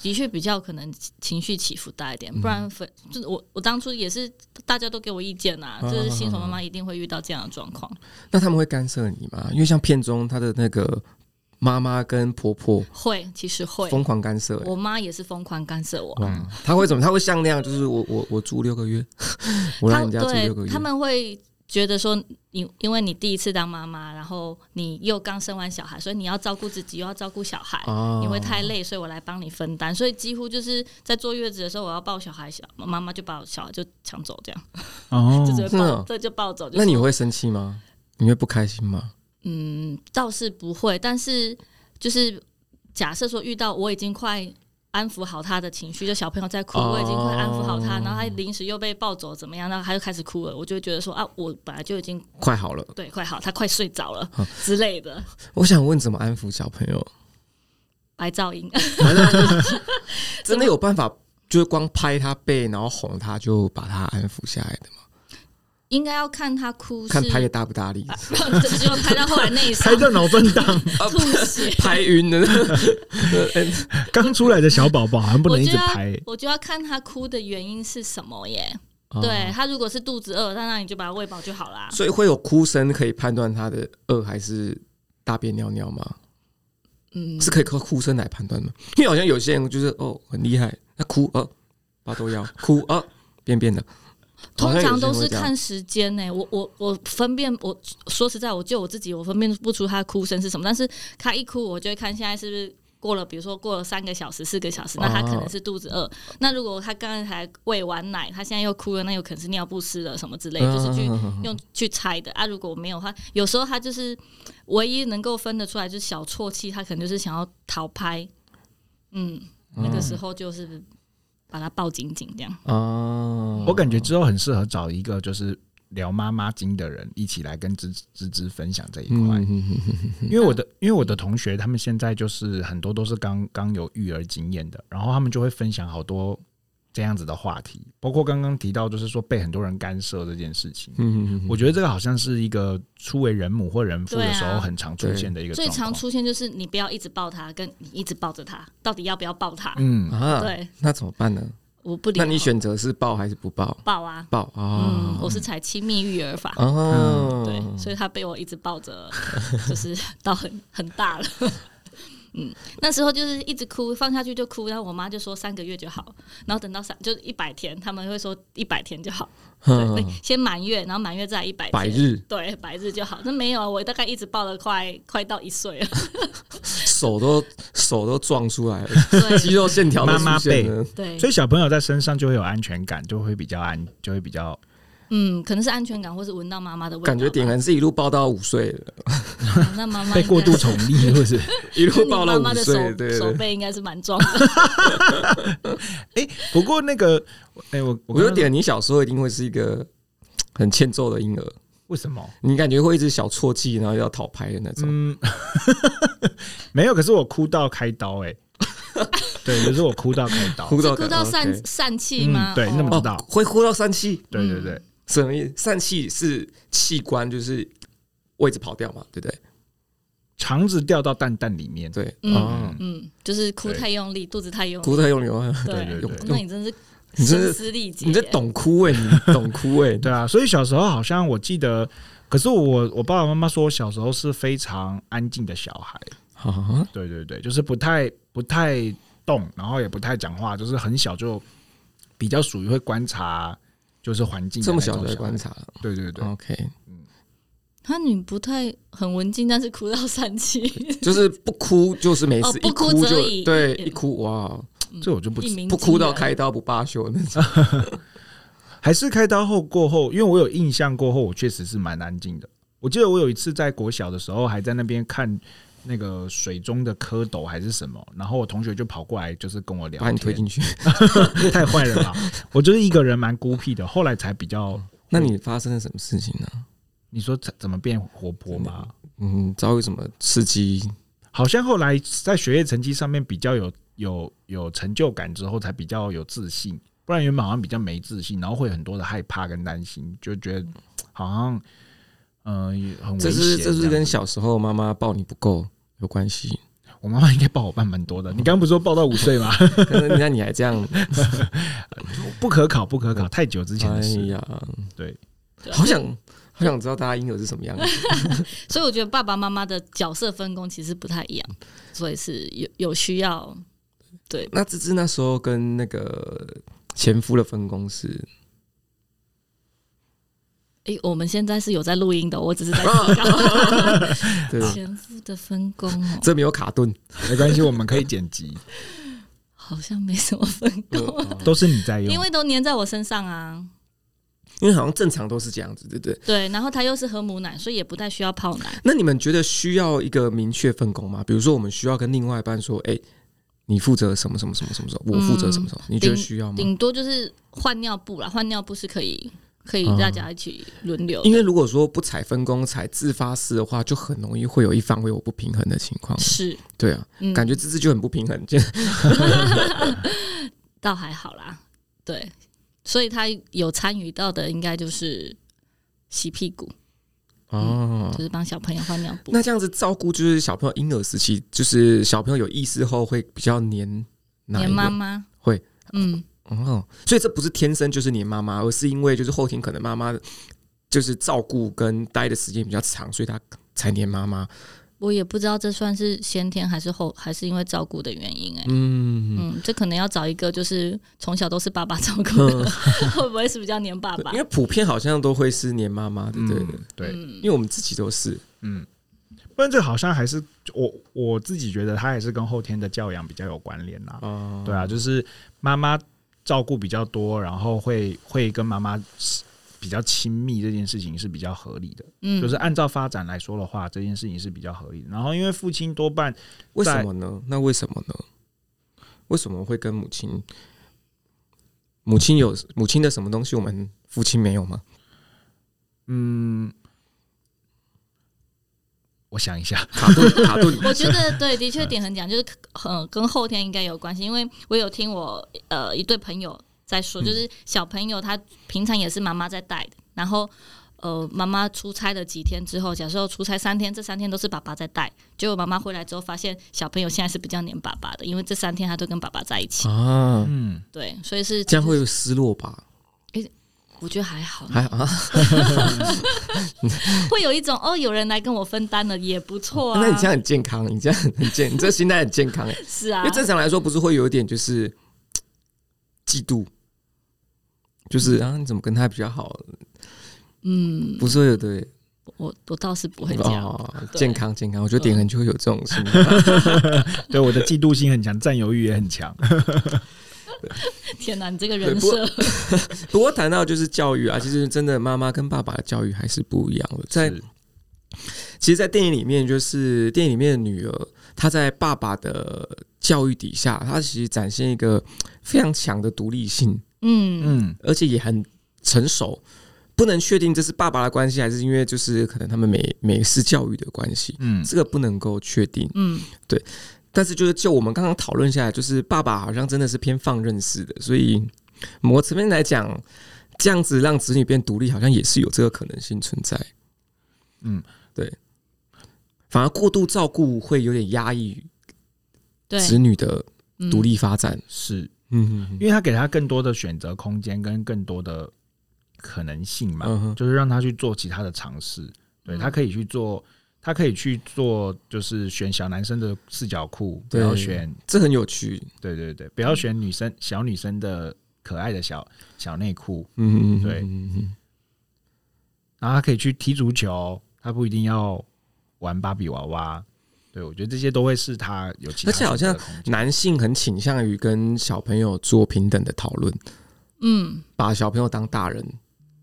Speaker 1: 的确比较可能情绪起伏大一
Speaker 3: 嗯
Speaker 1: 点，不然分就是我我当初也是大家都给我意见
Speaker 3: 啊
Speaker 1: 呐、就是新手妈妈一定会遇到这样的状况。
Speaker 3: 那他们会干涉你吗？因为像片中他的那个妈妈跟婆婆
Speaker 1: 会，其实会。
Speaker 3: 疯狂干涉、欸，
Speaker 1: 我妈也是疯狂干涉我，
Speaker 3: 哇，他会怎么？他会像那样，就是我我我住六个月， 我让
Speaker 1: 他
Speaker 3: 人家住
Speaker 1: 对
Speaker 3: 六个月，
Speaker 1: 他们会觉得说你因为你第一次当妈妈，然后你又刚生完小孩，所以你要照顾自己，又要照顾小孩。
Speaker 3: 哦
Speaker 1: 你会太累，所以我来帮你分担。所以几乎就是在坐月子的时候，我要抱小孩，小妈妈就把我小孩就抢走，这样、
Speaker 2: 哦
Speaker 1: 就直接
Speaker 3: 真的
Speaker 1: 抱
Speaker 3: 哦，
Speaker 1: 这就抱走。就
Speaker 3: 那你
Speaker 1: 说
Speaker 3: 会生气吗？你会不开心吗？
Speaker 1: 嗯，倒是不会，但是就是假设说遇到我已经快安抚好他的情绪，就小朋友在哭，
Speaker 3: 哦
Speaker 1: 我已经快安抚好他，然后他临时又被抱走怎么样，然后他又开始哭了，我就会觉得说啊，我本来就已经
Speaker 3: 快好了，
Speaker 1: 对快好，他快睡着了
Speaker 2: 嗯
Speaker 1: 之类的，
Speaker 3: 我想问怎么安抚小朋友？
Speaker 1: 白噪音。
Speaker 3: 真的有办法，就是光拍他背，然后哄他，就把他安抚下来的吗？
Speaker 1: 应该要看他哭是
Speaker 3: 看，拍的大不大力，啊，
Speaker 1: 只有拍到后来那一
Speaker 2: 拍
Speaker 1: 瞬
Speaker 2: 到脑震荡，
Speaker 1: 吐血，
Speaker 3: 啊拍晕了。
Speaker 2: 刚出来的小宝宝好像不
Speaker 1: 我
Speaker 2: 能一
Speaker 1: 就
Speaker 2: 直
Speaker 1: 要
Speaker 2: 拍，
Speaker 1: 我就要看他哭的原因是什么耶。
Speaker 3: 哦
Speaker 1: 对，他如果是肚子饿，那那你就把他喂饱就好啦。
Speaker 3: 所以会有哭声可以判断他的饿还是大便尿尿吗？
Speaker 1: 嗯，
Speaker 3: 是可以靠哭声来判断吗？ 因为好像有些人就是哦很厉害，他哭哦，巴豆腰 哭哦，便便的，
Speaker 1: 通
Speaker 3: 好像有些
Speaker 1: 常
Speaker 3: 人
Speaker 1: 都
Speaker 3: 会
Speaker 1: 是
Speaker 3: 这样
Speaker 1: 看时间呢、我我我分辨，我说实在，我就我自己，我分辨不出他哭声是什么。但是他一哭，我就会看现在是不是过了，比如说过了三个小时、四个小时，那他
Speaker 3: 哦
Speaker 1: 可能是肚子饿。那如果他刚才喂完奶，他现在又哭了，那有可能是尿不湿了什么之类，
Speaker 3: 嗯
Speaker 1: 就是去用去猜的啊。如果我没有他，有时候他就是唯一能够分得出来，就是小啜泣，他可能就是想要逃拍。嗯，那个时候就是把他抱紧紧这样。
Speaker 3: 啊，
Speaker 2: 我感觉之后很适合找一个就是聊妈妈经的人一起来跟芝芝芝分享
Speaker 3: 嗯
Speaker 2: 这一
Speaker 1: 啊
Speaker 2: 块，
Speaker 3: 啊
Speaker 2: 因为我的因为我的同学他们现在就是很多都是刚刚有育儿经验的，然后他们就会分享好多这样子的话题，包括刚刚提到就是说被很多人干涉这件事情。
Speaker 3: 嗯
Speaker 2: 我觉得这个好像是一个初为人母或人父
Speaker 1: 对
Speaker 2: 的
Speaker 1: 啊
Speaker 2: 时候很常出现的一个
Speaker 1: 最
Speaker 2: 状
Speaker 1: 常
Speaker 2: 况。
Speaker 1: 出现就是你不要一直抱他，跟你一直抱着他，到底要不要抱他？
Speaker 2: 嗯，
Speaker 3: 啊，
Speaker 1: 对，
Speaker 3: 那怎么办呢？
Speaker 1: 我不理。
Speaker 3: 那你选择是抱还是不抱？
Speaker 1: 抱啊？
Speaker 3: 抱啊
Speaker 1: 嗯，，我是采亲密育儿法，嗯
Speaker 3: 哦，
Speaker 1: 对，所以他被我一直抱着， 就是到很很大了。 嗯，那时候就是一直哭，放下去就哭，然后我妈就说三个月就好，然后等到三就是一百天，他们会说一百天就 好，对，
Speaker 3: 嗯
Speaker 1: 对先满月，然后满月再一百
Speaker 3: 百
Speaker 1: 天，
Speaker 3: 日
Speaker 1: 对，百日就好。那没有啊，我大概一直抱了快快到一岁了，
Speaker 3: 手都手都撞出来了，
Speaker 1: 对
Speaker 3: 肌肉线条都出现了。
Speaker 1: 对，
Speaker 2: 所以小朋友在身上就会有安全感，就会比较安，就会比较
Speaker 1: 嗯，可能是安全感，或是闻到妈妈的味道吧。
Speaker 3: 感觉点燃是一路抱到五岁了，
Speaker 1: 嗯那妈妈
Speaker 2: 被过度宠溺，或是
Speaker 3: 一
Speaker 1: 应该是，
Speaker 3: 路抱
Speaker 1: 那你
Speaker 3: 到
Speaker 1: 妈
Speaker 3: 五
Speaker 1: 妈的
Speaker 3: 岁，
Speaker 1: 手
Speaker 3: 对
Speaker 1: 手
Speaker 3: 对。
Speaker 1: 背应该是蛮壮 的。
Speaker 2: 不过那个，哎、我
Speaker 3: 我
Speaker 2: 刚
Speaker 3: 有
Speaker 1: 嗯
Speaker 2: 刚
Speaker 3: 点，你小时候一定会是一个很欠揍的婴儿，
Speaker 2: 为什么？
Speaker 3: 你感觉会一直小啜泣，然后要讨拍的那种。
Speaker 2: 嗯，没有。可是我哭到开刀、 哎，对，可是我哭到开刀，
Speaker 3: 哭到
Speaker 1: 哭到散
Speaker 3: OK
Speaker 1: 散气吗？
Speaker 2: 嗯对那么
Speaker 1: 哦
Speaker 2: 知
Speaker 3: 哦
Speaker 2: 道，
Speaker 3: 会哭到疝气，
Speaker 2: 对对对，
Speaker 3: 什么意思？疝气是器官就是位置跑掉嘛，对不对？
Speaker 2: 肠子掉到蛋蛋里面，
Speaker 3: 对，
Speaker 1: 嗯
Speaker 3: 哦，
Speaker 1: 嗯，就是哭
Speaker 2: 对
Speaker 1: 太用力，肚子太用力，
Speaker 3: 哭得用流汗，
Speaker 1: 对
Speaker 2: 对对对
Speaker 1: 那你真是
Speaker 3: 你真
Speaker 1: 声
Speaker 3: 是
Speaker 1: 嘶力竭，
Speaker 3: 你这懂哭哎，你懂哭 哎，
Speaker 2: 对啊。所以小时候好像我记得，可是我我爸爸妈妈说我小时候是非常安静的小孩，
Speaker 3: 啊，
Speaker 2: 对对对，就是不太不太动，然后也不太讲话，就是很小就比较属于会观察。就是环境的
Speaker 3: 这么
Speaker 2: 那
Speaker 3: 小
Speaker 2: 种
Speaker 3: 就在观
Speaker 2: 孩，
Speaker 3: 察
Speaker 2: 对对对，
Speaker 3: ，OK，
Speaker 1: 他你不太很文静，但是哭到散气，
Speaker 3: 就是不哭就是没
Speaker 1: 哦
Speaker 3: 事，
Speaker 1: 不
Speaker 3: 一
Speaker 1: 哭
Speaker 3: 哭
Speaker 1: 则
Speaker 3: 就
Speaker 1: 已
Speaker 3: 对，
Speaker 1: 嗯
Speaker 3: 一哭哇，
Speaker 2: 这我就不知
Speaker 1: 一鸣
Speaker 3: 不
Speaker 1: 惊
Speaker 3: 哭到
Speaker 1: 人。
Speaker 3: 开刀不罢休那
Speaker 2: 啊
Speaker 3: 种。
Speaker 2: 还是开刀后过后，因为我有印象，过后我确实是蛮安静的。我记得我有一次在国小的时候，还在那边看那个水中的蝌蚪还是什么，然后我同学就跑过来，就是跟我聊
Speaker 3: 把
Speaker 2: 天，
Speaker 3: 你推进去，
Speaker 2: 太坏了吧！我就是一个人蛮孤僻的，后来才比较。
Speaker 3: 那你发生了什么事情呢？
Speaker 2: 你说怎怎么变活泼吗？
Speaker 3: 嗯，遭遇什么刺激？
Speaker 2: 好像后来在学业成绩上面比较有有有成就感之后，才比较有自信。不然原本好像比较没自信，然后会很多的害怕跟担心，就觉得好像嗯、呃也很危
Speaker 3: 这
Speaker 2: 险样
Speaker 3: 是
Speaker 2: 子。
Speaker 3: 这是跟小时候妈妈抱你不够有 关系。
Speaker 2: 我妈妈应该抱我办蛮 多的。你刚刚不是说抱到五岁吗？
Speaker 3: 但是那你还这样，
Speaker 2: 不可考，不可考，太久之前
Speaker 3: 哎
Speaker 2: 的事。
Speaker 3: 呀，
Speaker 2: 对，
Speaker 3: 好想好想知道大家婴儿是什 么样子。
Speaker 1: 所以我觉得爸爸妈妈的角色分工其实不太一样，所以是有有需要
Speaker 3: 那芝芝那时候跟那个前夫的分工是，
Speaker 1: 诶、我们现在是有在录音的哦，我只是在
Speaker 3: 啊对，
Speaker 2: 啊
Speaker 1: 前夫的分工哦，
Speaker 3: 这没有卡 顿，
Speaker 2: 没关系，我们可以剪 辑，
Speaker 1: 好像没什么分工，
Speaker 2: 都是你在用。
Speaker 1: 因为都粘在我身上啊。
Speaker 3: 因为好像正常都是这样子，对不对？
Speaker 1: 对，然后它又是喝母奶，所以也不太需要泡奶。
Speaker 3: 那你们觉得需要一个明确分工吗？比如说，我们需要跟另外一半说，哎、你负责什么什么什么什么什么，我负责什么什么，
Speaker 2: 嗯
Speaker 3: 你觉得需要吗？
Speaker 1: 顶多就是换尿布啦，换尿布是可以可以
Speaker 3: 啊
Speaker 1: 大家一起轮流的。
Speaker 3: 因为如果说不采分工、采自发式的话，就很容易会有一方会有不平衡的情况。
Speaker 1: 是，
Speaker 3: 对啊，
Speaker 1: 嗯，
Speaker 3: 感觉芝芝就很不平衡，就
Speaker 1: 倒还好啦。对，所以他有参与到的应该就是洗屁股，
Speaker 3: 哦
Speaker 1: 就。是帮小朋友换尿布。
Speaker 3: 那这样子照顾就是小朋友婴儿时期，就是小朋友有意识后会比较黏哪
Speaker 1: 黏
Speaker 3: 一
Speaker 1: 妈
Speaker 3: 个？
Speaker 1: 妈
Speaker 3: 会，
Speaker 1: 嗯，
Speaker 3: 哦，所以这不是天生就是黏妈妈，而是因为就是后天可能妈妈就是照顾跟待的时间比较长，所以她才黏妈妈。
Speaker 1: 我也不知道这算是先天还是后，还是因为照顾的原因哎、
Speaker 3: 嗯，
Speaker 1: 嗯，这可能要找一个就是从小都是爸爸照顾 的，会不会是比较黏爸爸
Speaker 3: 因？为普遍好像都会是黏妈妈的，对，
Speaker 2: 嗯对，
Speaker 1: 嗯
Speaker 3: 因为我们自己都是。
Speaker 2: 嗯，不然这好像还是我我自己觉得，它还是跟后天的教养比较有关联啦。
Speaker 3: 哦，
Speaker 2: 对啊，就是妈妈照顾比较多，然后会会跟妈妈比较亲密，这件事情是比较合理的。
Speaker 1: 嗯，
Speaker 2: 就是按照发展来说的话，这件事情是比较合理的。然后因为父亲多半
Speaker 3: 为什么呢？那为什么呢？为什么会跟母亲？母亲有母亲的什么东西，我们父亲没有吗？
Speaker 2: 嗯，我想一下，
Speaker 3: 卡顿，卡顿
Speaker 1: 我觉得对，的确点很讲， 就是呃，跟后天应该有关系，因为我有听我呃一对朋友在说，
Speaker 3: 嗯
Speaker 1: 就是小朋友他平常也是妈妈在带的，然后呃妈妈出差了几天之后，假设出差三天，这三天都是爸爸在带，结果妈妈回来之后发现小朋友现在是比较黏爸爸的，因为这三天他都跟爸爸在一起，
Speaker 3: 啊，
Speaker 2: 嗯，
Speaker 1: 对，所以是
Speaker 3: 这样会有失落吧？
Speaker 1: 我觉得还好，
Speaker 3: 还啊，
Speaker 1: 会有一种哦有人来跟我分担了也不错啊，
Speaker 3: 那你这样很健康，你这样很健，你这心态很健康哎、
Speaker 1: 是啊
Speaker 3: 因为，正常来说，不是会有一点就是嘖嫉妒，就是啊，你怎么跟他比较好？
Speaker 1: 嗯，
Speaker 3: 不是会有对
Speaker 1: 我我倒是不会这样，
Speaker 3: 哦，
Speaker 1: 对嗯
Speaker 3: 健康健康，我觉得点恒就会有这种心态。
Speaker 2: 对，我的嫉妒心很强，占有欲也很强。
Speaker 1: 天哪，你这个
Speaker 3: 对
Speaker 1: 人
Speaker 3: 不过
Speaker 1: 设。
Speaker 3: 不过谈到就是教育啊，其实真的妈妈跟爸爸的教育还是不一样的。在
Speaker 2: 是
Speaker 3: 其实，在电影里面，就是电影里面的女儿，她在爸爸的教育底下，她其实展现一个非常强的独立性，
Speaker 1: 嗯，
Speaker 2: 嗯，
Speaker 3: 而且也很成熟。不能确定这是爸爸的关系，还是因为就是可能他们美美式教育的关系，
Speaker 2: 嗯，
Speaker 3: 这个不能够确定。
Speaker 1: 嗯，
Speaker 3: 但是就是就我们刚刚讨论下来，就是爸爸好像真的是偏放任式的，所以某个层面来讲，这样子让子女变独立，好像也是有这个可能性存在。
Speaker 2: 嗯，
Speaker 3: 对。反而过度照顾会有点压抑
Speaker 1: 对，
Speaker 3: 子女的
Speaker 1: 嗯
Speaker 3: 独立发展。
Speaker 2: 是
Speaker 3: 嗯
Speaker 2: 因为他给他更多的选择空间跟更多的可能性嘛，
Speaker 3: 嗯哼
Speaker 2: 就是让他去做其他的尝试。对
Speaker 1: 嗯
Speaker 2: 他可以去做，他可以去做，就是选小男生的四角裤，不
Speaker 3: 对
Speaker 2: 要选，
Speaker 3: 这很有趣。
Speaker 2: 对对对，不要选女生小女生的可爱的小小内裤。
Speaker 3: 嗯嗯，
Speaker 2: 对
Speaker 3: 嗯嗯
Speaker 2: 然后他可以去踢足球，他不一定要玩芭比娃娃。对我觉得这些都会是他有其他
Speaker 3: 而且好像
Speaker 2: 选择的空间
Speaker 3: 男性很倾向于跟小朋友做平等的讨论，
Speaker 1: 嗯，
Speaker 3: 把小朋友当大人。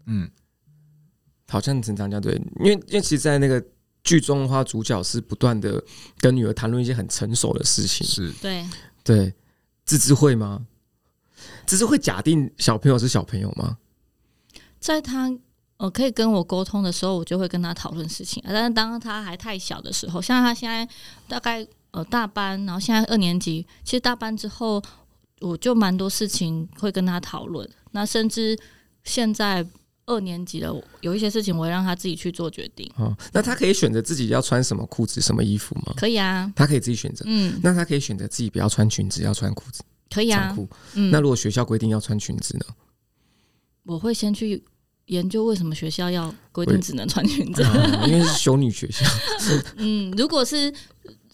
Speaker 2: 嗯
Speaker 3: 好像成长家对，因为因为其实，在那个剧中的话，主角是不断的跟女儿谈论一些很成熟的事情。
Speaker 2: 是
Speaker 1: 对，
Speaker 3: 对，芝芝会吗？芝芝会假定小朋友是小朋友吗？
Speaker 1: 在他呃可以跟我沟通的时候，我就会跟他讨论事情啊。但是当他还太小的时候，像他现在大概呃大班，然后现在二年级，其实大班之后我就蛮多事情会跟他讨论，那甚至现在二年级了，有一些事情我会让他自己去做决定，
Speaker 3: 哦，那他可以选择自己要穿什么裤子、什么衣服吗？
Speaker 1: 可以啊，
Speaker 3: 他可以自己选择。
Speaker 1: 嗯，
Speaker 3: 那他可以选择自己不要穿裙子，要穿裤子、
Speaker 1: 可以
Speaker 3: 长
Speaker 1: 啊，
Speaker 3: 裤。
Speaker 1: 嗯，
Speaker 3: 那如果学校规定要穿裙 子呢？
Speaker 1: 我会先去研究为什么学校要规定
Speaker 3: 会
Speaker 1: 只能穿裙子。
Speaker 3: 嗯因为是修女学 校，
Speaker 1: 嗯，如果是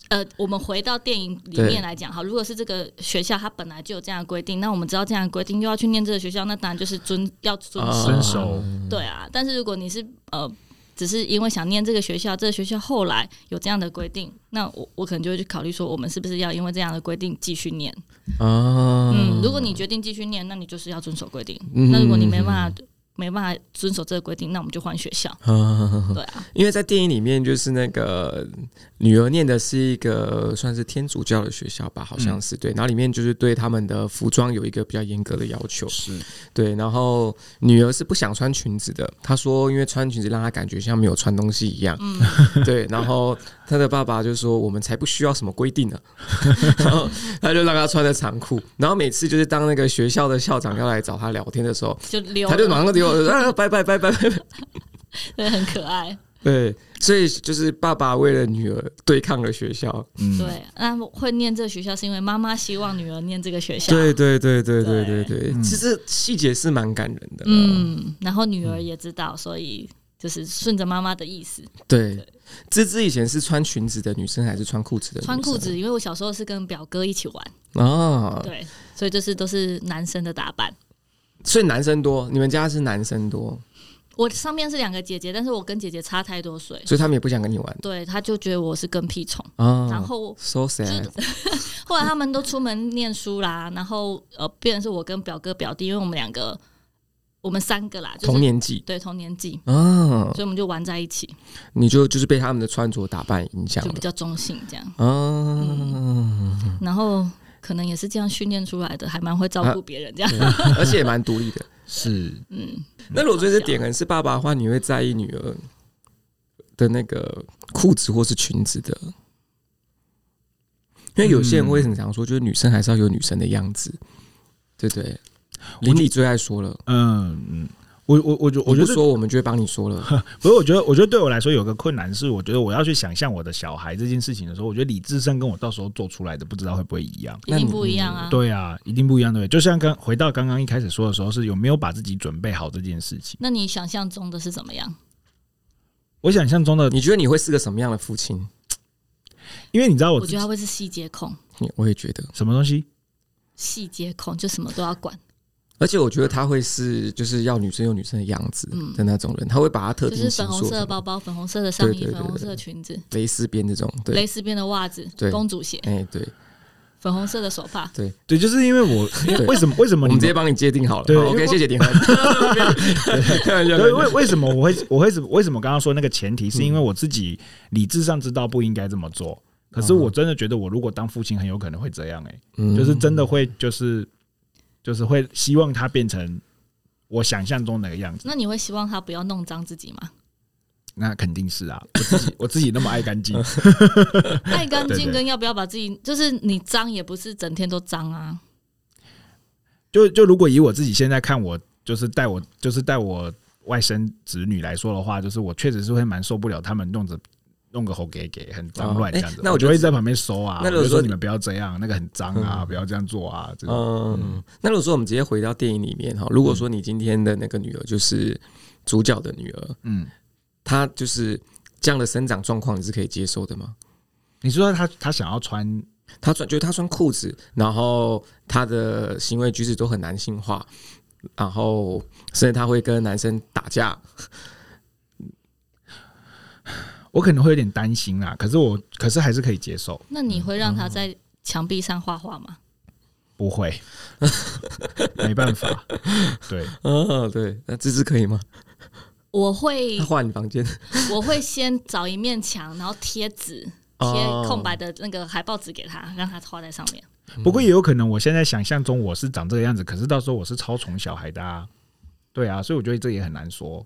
Speaker 1: 呃，我们回到电影里
Speaker 3: 对
Speaker 1: 面来讲，好，如果是这个学校它本来就有这样的规定，那我们知道这样的规定又要去念这个学校，那当然就是遵要遵
Speaker 3: 啊
Speaker 1: 守，
Speaker 2: 遵守
Speaker 1: 对啊。但是如果你是呃，只是因为想念这个学校，这个学校后来有这样的规定，那我我可能就会去考虑说，我们是不是要因为这样的规定继续念？
Speaker 3: 啊。
Speaker 1: 嗯，如果你决定继续念，那你就是要遵守规定。
Speaker 3: 嗯
Speaker 1: 那如果你没办法。没办法遵守这个规定，那我们就换学校。
Speaker 3: 啊，
Speaker 1: 对啊，
Speaker 3: 因为在电影里面，就是那个女儿念的是一个算是天主教的学校吧，好像是、对，然后里面就是对他们的服装有一个比较严格的要求，
Speaker 2: 是
Speaker 3: 对，然后女儿是不想穿裙子的，她说因为穿裙子让她感觉像没有穿东西一样，
Speaker 1: 嗯，
Speaker 3: 对，然后她的爸爸就说我们才不需要什么规定呢、 然后他就让她穿着长裤，然后每次就是当那个学校的校长要来找她聊天的时候，
Speaker 1: 就溜了，
Speaker 3: 她就马上就啊拜拜拜拜拜拜，
Speaker 1: 对，很可爱。
Speaker 3: 对，所以就是爸爸为了女儿对抗了学校，
Speaker 2: 嗯，
Speaker 1: 对，那会念这个学校是因为妈妈希望女儿念这个学校。
Speaker 3: 对对对对对
Speaker 1: 对
Speaker 3: 对对，
Speaker 2: 嗯
Speaker 3: 其实细节是蛮感人的，嗯，
Speaker 1: 嗯，然后女儿也知道，所以就是顺着妈妈的意思，
Speaker 3: 对。芝芝以前是穿裙子的女生还是穿裤子的女生？
Speaker 1: 穿裤子。因为我小时候是跟表哥一起玩，
Speaker 3: 啊，
Speaker 1: 对，所以就是都是男生的打扮。
Speaker 3: 所以男生多，你们家是男生多，
Speaker 1: 我上面是两个姐姐，但是我跟姐姐差太多岁，
Speaker 3: 所以他们也不想跟你玩
Speaker 1: 对，他就觉得我是跟屁虫。
Speaker 3: 啊。
Speaker 1: 然后
Speaker 3: so sad，
Speaker 1: 后来他们都出门念书啦，然后呃，变成是我跟表哥表弟，因为我们两个，我们三个啦，就
Speaker 3: 同
Speaker 1: 是
Speaker 3: 年纪
Speaker 1: 对同年纪，
Speaker 3: 啊，
Speaker 1: 所以我们就玩在一起，
Speaker 3: 你就就是被他们的穿着打扮影响
Speaker 1: 就比
Speaker 3: 了
Speaker 1: 较嗯中性这样。
Speaker 3: 啊，
Speaker 1: 然后可能也是这样训练出来的，还蛮会照顾别人这样。
Speaker 3: 而且也蛮独立的。
Speaker 2: 是
Speaker 1: 嗯，
Speaker 3: 那如果这是点人是爸爸的话，你会在意女儿的那个裤子或是裙子的？因为有些
Speaker 2: 嗯
Speaker 3: 人会很常说，就是女生还是要有女生的样子，对不对？
Speaker 2: 我
Speaker 3: 邻里最爱说了，
Speaker 2: 嗯嗯，我我我觉我
Speaker 3: 我
Speaker 2: 觉
Speaker 3: 就
Speaker 2: 得
Speaker 3: 说我们就会帮你 说了。
Speaker 2: 不是，我觉得，我觉得对我来说有个困难是，我觉得我要去想象我的小孩这件事情的时候，我觉得理智上跟我到时候做出来的不知道会不会一样。
Speaker 1: 一定不一样啊。
Speaker 2: 对啊，一定不一样，对不对？就像刚回到刚刚一开始说的时候，是有没有把自己准备好这件事情。
Speaker 1: 那你想象中的是怎么样？
Speaker 2: 我想象中的，
Speaker 3: 你觉得你会是个什么样的父亲？
Speaker 2: 因为你知道我
Speaker 1: 我
Speaker 2: 自
Speaker 1: 觉
Speaker 2: 己
Speaker 1: 得他会是细节控，
Speaker 3: 你我也觉得，
Speaker 2: 什么东西，
Speaker 1: 细节控就什么都要管，
Speaker 3: 而且我觉得他会是就是要女生有女生的样子
Speaker 1: 嗯
Speaker 3: 的那种人，他会把他特
Speaker 1: 就
Speaker 3: 定
Speaker 1: 是
Speaker 3: 形
Speaker 1: 粉红
Speaker 3: 塑
Speaker 1: 色的
Speaker 3: 成
Speaker 1: 包包、粉红色的上
Speaker 3: 对
Speaker 1: 衣、
Speaker 3: 对对
Speaker 1: 粉红色的裙子、
Speaker 3: 蕾丝边这种。对
Speaker 1: 蕾，丝边的袜子
Speaker 3: 对、
Speaker 1: 公主鞋、
Speaker 3: 哎对，
Speaker 1: 粉红色的手帕。
Speaker 2: 对，就是因为我
Speaker 3: 对
Speaker 2: 为什么为什
Speaker 3: 我
Speaker 2: 么你
Speaker 3: 们直接帮你界定好了。
Speaker 2: 对
Speaker 3: 好，OK，谢谢 点人。开玩笑开玩
Speaker 2: 对，
Speaker 3: 笑
Speaker 2: 为为什么我会我会为什么刚刚说那个前提，是因为我自己理智上知道不应该这么做，可是我真的觉得我如果当父亲，很有可能会这样、欸，
Speaker 3: 嗯
Speaker 2: 就是真的会就是就是会希望他变成我想象中那个样
Speaker 3: 嗯
Speaker 2: 子，
Speaker 1: 那你会希望他不要弄脏自己 吗？
Speaker 2: 那肯定是啊，我自己我自己那么爱干净，
Speaker 1: 爱干
Speaker 2: 对
Speaker 1: 净
Speaker 2: 对
Speaker 1: 跟要不要把自己，就是你脏也不是整天都脏啊。
Speaker 2: 就就如果以我自己现在看我，就是带我就是带我外甥子女来说的话，就是我确实是会蛮受不了他们弄着。弄个猴给给很脏乱
Speaker 3: 哦
Speaker 2: 这样子，
Speaker 3: 哎那我
Speaker 2: 我就
Speaker 3: 觉得
Speaker 2: 会在旁边收啊。
Speaker 3: 那如
Speaker 2: 我
Speaker 3: 果
Speaker 2: 就说
Speaker 3: 说
Speaker 2: 你们不要这样，那个很脏啊，不要这样做啊。这种
Speaker 3: 嗯，那如果说我们直接回到电影里面哈，如果说你今天的那个女儿就是主角的女儿，
Speaker 2: 嗯，
Speaker 3: 她就是这样的生长状况，你是可以接受的吗？
Speaker 2: 你说他他想要穿
Speaker 3: 她穿就是她穿裤子，然后她的行为举止都很男性化，然后甚至她会跟男生打架，
Speaker 2: 我可能会有点担心啦，可是我可是还是可以接受，
Speaker 1: 那你会让他在墙壁上画画吗？
Speaker 2: 不会， 没办法，对，
Speaker 3: 嗯，对，那芝芝可以吗？
Speaker 1: 我会
Speaker 3: 她画你房间，
Speaker 1: 我会先找一面墙，然后贴纸，贴
Speaker 3: 哦
Speaker 1: 空白的那个海报纸给他，让他画在上 面。
Speaker 3: 嗯
Speaker 2: 不过也有可能我现在想象中我是长这个样子，可是到时候我是超宠小孩的啊，对啊，所以我觉得这也很难说。
Speaker 3: 嗯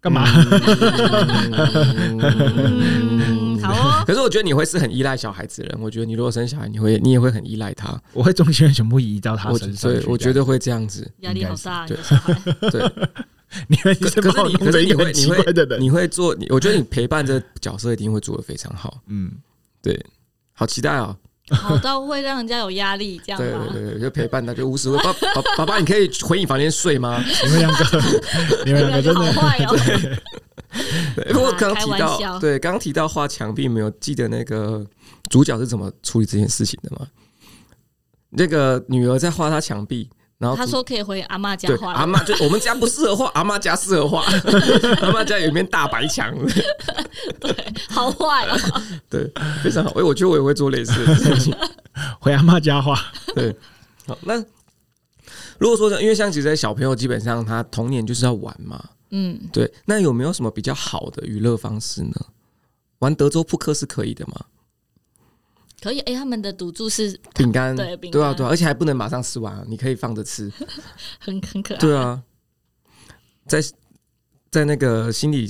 Speaker 2: 干嘛？
Speaker 1: 嗯，好 哦，
Speaker 3: 可是我觉得你会是很依赖小孩子的人，我觉得你如果生小孩，你会你也会很依赖他，
Speaker 2: 我会重心全部移到他
Speaker 3: 我
Speaker 2: 身上
Speaker 3: 对
Speaker 2: 去。
Speaker 3: 我觉
Speaker 2: 这样
Speaker 3: 得会这样子。
Speaker 1: 压力好大，你
Speaker 3: 应该是
Speaker 1: 的小孩。
Speaker 3: 对，
Speaker 2: 你们
Speaker 3: 可
Speaker 2: 是
Speaker 3: 可
Speaker 2: 把
Speaker 3: 是
Speaker 2: 我
Speaker 3: 你可
Speaker 2: 弄成
Speaker 3: 是
Speaker 2: 一
Speaker 3: 你
Speaker 2: 个
Speaker 3: 会
Speaker 2: 很
Speaker 3: 你
Speaker 2: 奇怪的
Speaker 3: 会
Speaker 2: 人。
Speaker 3: 你会做，你我觉得你陪伴这角色一定会做得非常好，
Speaker 2: 嗯，
Speaker 3: 对，好期待哦。
Speaker 1: 好到会让人家有压力，这样
Speaker 3: 对
Speaker 1: 吗？
Speaker 3: 对对，对就陪伴他，就无时无刻。爸爸爸爸，你可以回你房间睡吗？
Speaker 2: 你们两个，你们两个真
Speaker 1: 好
Speaker 2: 的
Speaker 1: 坏哦，
Speaker 3: 对，不过
Speaker 1: 啊
Speaker 3: 刚
Speaker 1: 开
Speaker 3: 提
Speaker 1: 玩笑
Speaker 3: 到，对，刚提到画墙壁，没有记得那个主角是怎么处理这件事情的吗？那个女儿在画她墙壁，然后
Speaker 1: 他
Speaker 3: 主
Speaker 1: 说可以回阿妈家
Speaker 3: 对
Speaker 1: 话
Speaker 3: 阿妈就我们家不适合画， 阿妈家适合画，阿妈家有一面大白墙，
Speaker 1: 好坏哦，
Speaker 3: 对，非常好。哎，我觉得我也会做类似的事情。
Speaker 2: 回阿妈家话，
Speaker 3: 对，好，那如果说呢，因为像其实小朋友基本上他童年就是要玩嘛，
Speaker 1: 嗯，
Speaker 3: 对，那有没有什么比较好的娱乐方式呢？玩德州扑克是可以的吗？
Speaker 1: 可以。哎，他们的赌注是
Speaker 3: 饼干，
Speaker 1: 对饼干
Speaker 3: 啊，对啊，而且还不能马上吃完啊，你可以放着吃，
Speaker 1: 很很可爱，
Speaker 3: 对啊，在在那个心理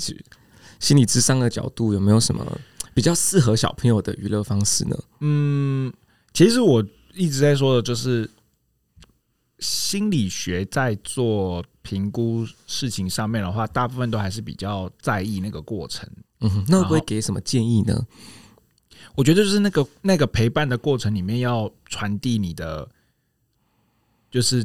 Speaker 3: 心理智商的角度，有没有什么比较适合小朋友的娱乐方式呢？
Speaker 2: 嗯，其实我一直在说的就是心理学在做评估事情上面的话，大部分都还是比较在意那个过程。
Speaker 3: 嗯哼，那会不会
Speaker 2: 好
Speaker 3: 给什么建议呢？
Speaker 2: 我觉得就是那个那个陪伴的过程里面要传递你的就是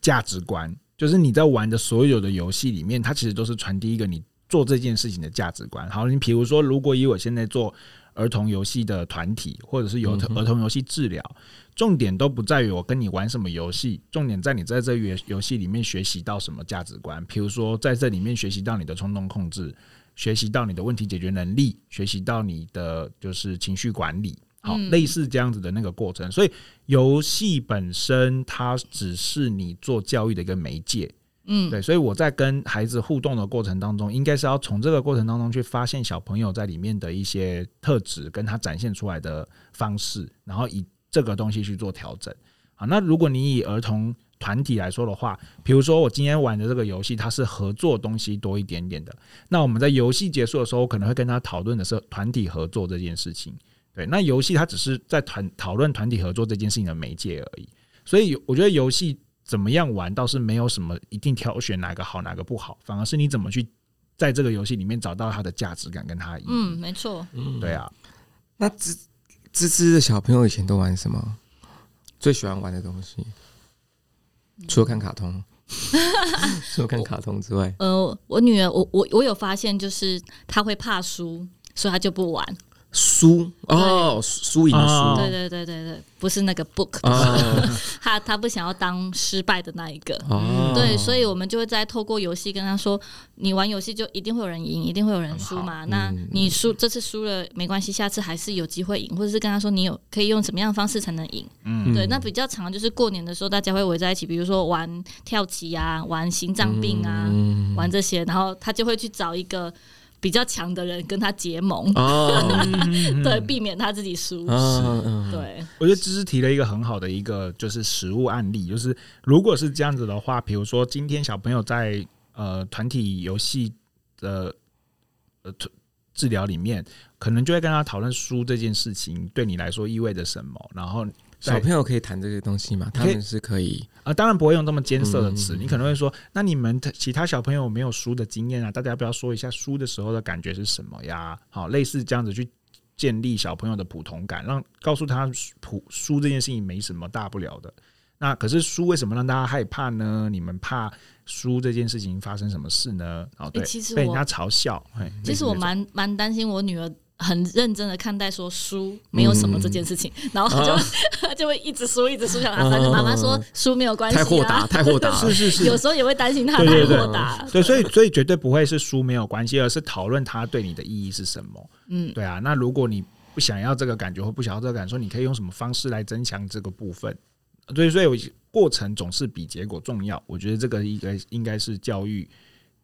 Speaker 2: 价值观，就是你在玩的所有的游戏里面，它其实都是传递一个你做这件事情的价值观。好，你比如说，如果以我现在做儿童游戏的团体，或者是有
Speaker 3: 嗯哼
Speaker 2: 儿童游戏治疗，重点都不在于我跟你玩什么游戏，重点在你在这游游戏里面学习到什么价值观。比如说，在这里面学习到你的冲动控制，学习到你的问题解决能力，学习到你的就是情绪管理，好，
Speaker 1: 嗯
Speaker 2: 类似这样子的那个过程。所以游戏本身它只是你做教育的一个媒介，
Speaker 1: 嗯，
Speaker 2: 对。所以我在跟孩子互动的过程当中，应该是要从这个过程当中去发现小朋友在里面的一些特质，跟他展现出来的方式，然后以这个东西去做调整。好，那如果你以儿童团体来说的话，比如说我今天玩的这个游戏，它是合作东西多一点点的。那我们在游戏结束的时候，我可能会跟他讨论的是团体合作这件事情。对，那游戏它只是在团讨论团体合作这件事情的媒介而已。所以我觉得游戏怎么样玩倒是没有什么一定挑选哪个好哪个不好，反而是你怎么去在这个游戏里面找到它的价值感跟它的意义。
Speaker 1: 嗯，没错，
Speaker 2: 对啊，
Speaker 3: 那芝芝芝的小朋友以前都玩什么？最喜欢玩的东西，除了看卡通，除了看卡通之外，
Speaker 1: 呃，我女儿，我我我有发现，就是她会怕输，所以她就不玩。
Speaker 3: 输哦，输赢的
Speaker 2: 哦
Speaker 3: 输
Speaker 1: 对对对对对，不是那个 book，
Speaker 3: 哦
Speaker 1: 她她不想要当失败的那一个。
Speaker 3: 哦，
Speaker 1: 对，所以我们就会再透过游戏跟他说，你玩游戏就一定会有人赢，一定会有人输嘛。
Speaker 3: 嗯
Speaker 1: 那你输这次输了没关系，下次还是有机会赢，或者是跟他说你有可以用什么样的方式才能赢。
Speaker 2: 嗯
Speaker 1: 对，那比较常就是过年的时候，大家会围在一起，比如说玩跳棋啊，玩心脏病啊，
Speaker 3: 嗯
Speaker 1: 玩这些，然后他就会去找一个比较强的人跟他结盟，
Speaker 3: 哦，
Speaker 1: 对，避免他自己输。
Speaker 3: 嗯嗯，
Speaker 1: 对，
Speaker 2: 我觉得芝芝提了一个很好的一个就是实物案例，就是如果是这样子的话，比如说今天小朋友在呃团体游戏的呃团治疗里面，可能就会跟他讨论输这件事情对你来说意味着什么，然后
Speaker 3: 小朋友可以谈这些东西吗？他
Speaker 2: 可
Speaker 3: 们是可以，
Speaker 2: 啊，当然不会用这么艰涩的词，
Speaker 3: 嗯
Speaker 2: 你可能会说，那你们的其他小朋友有没有输的经验啊？大家要不要说一下输的时候的感觉是什么呀？好，类似这样子去建立小朋友的普通感，让告诉他普输这件事情没什么大不了的。那可是输为什么让大家害怕呢？你们怕输这件事情发生什么事呢？哦，对，
Speaker 1: 其实
Speaker 2: 被人
Speaker 1: 我
Speaker 2: 家嘲笑，哎
Speaker 1: 其实我
Speaker 2: 类似
Speaker 1: 蛮蛮担心我女儿。很认真的看待说输没有什么这件事情，
Speaker 3: 嗯
Speaker 1: 然后她就、她 就会一直输一直输，想反正妈妈说输没有关系、啊，
Speaker 3: 嗯太豁达，太豁达
Speaker 2: 这
Speaker 3: 了
Speaker 2: 种，是是是，
Speaker 1: 有时候也会担心她太
Speaker 2: 对对对
Speaker 1: 豁达，
Speaker 2: 对，所以所以绝对不会是输没有关系，而是讨论它对你的意义是什么。
Speaker 1: 嗯
Speaker 2: 对啊。那如果你不想要这个感觉或不想要这个感受，你可以用什么方式来增强这个部分？所以，所以我过程总是比结果重要。我觉得这个应该应该是教育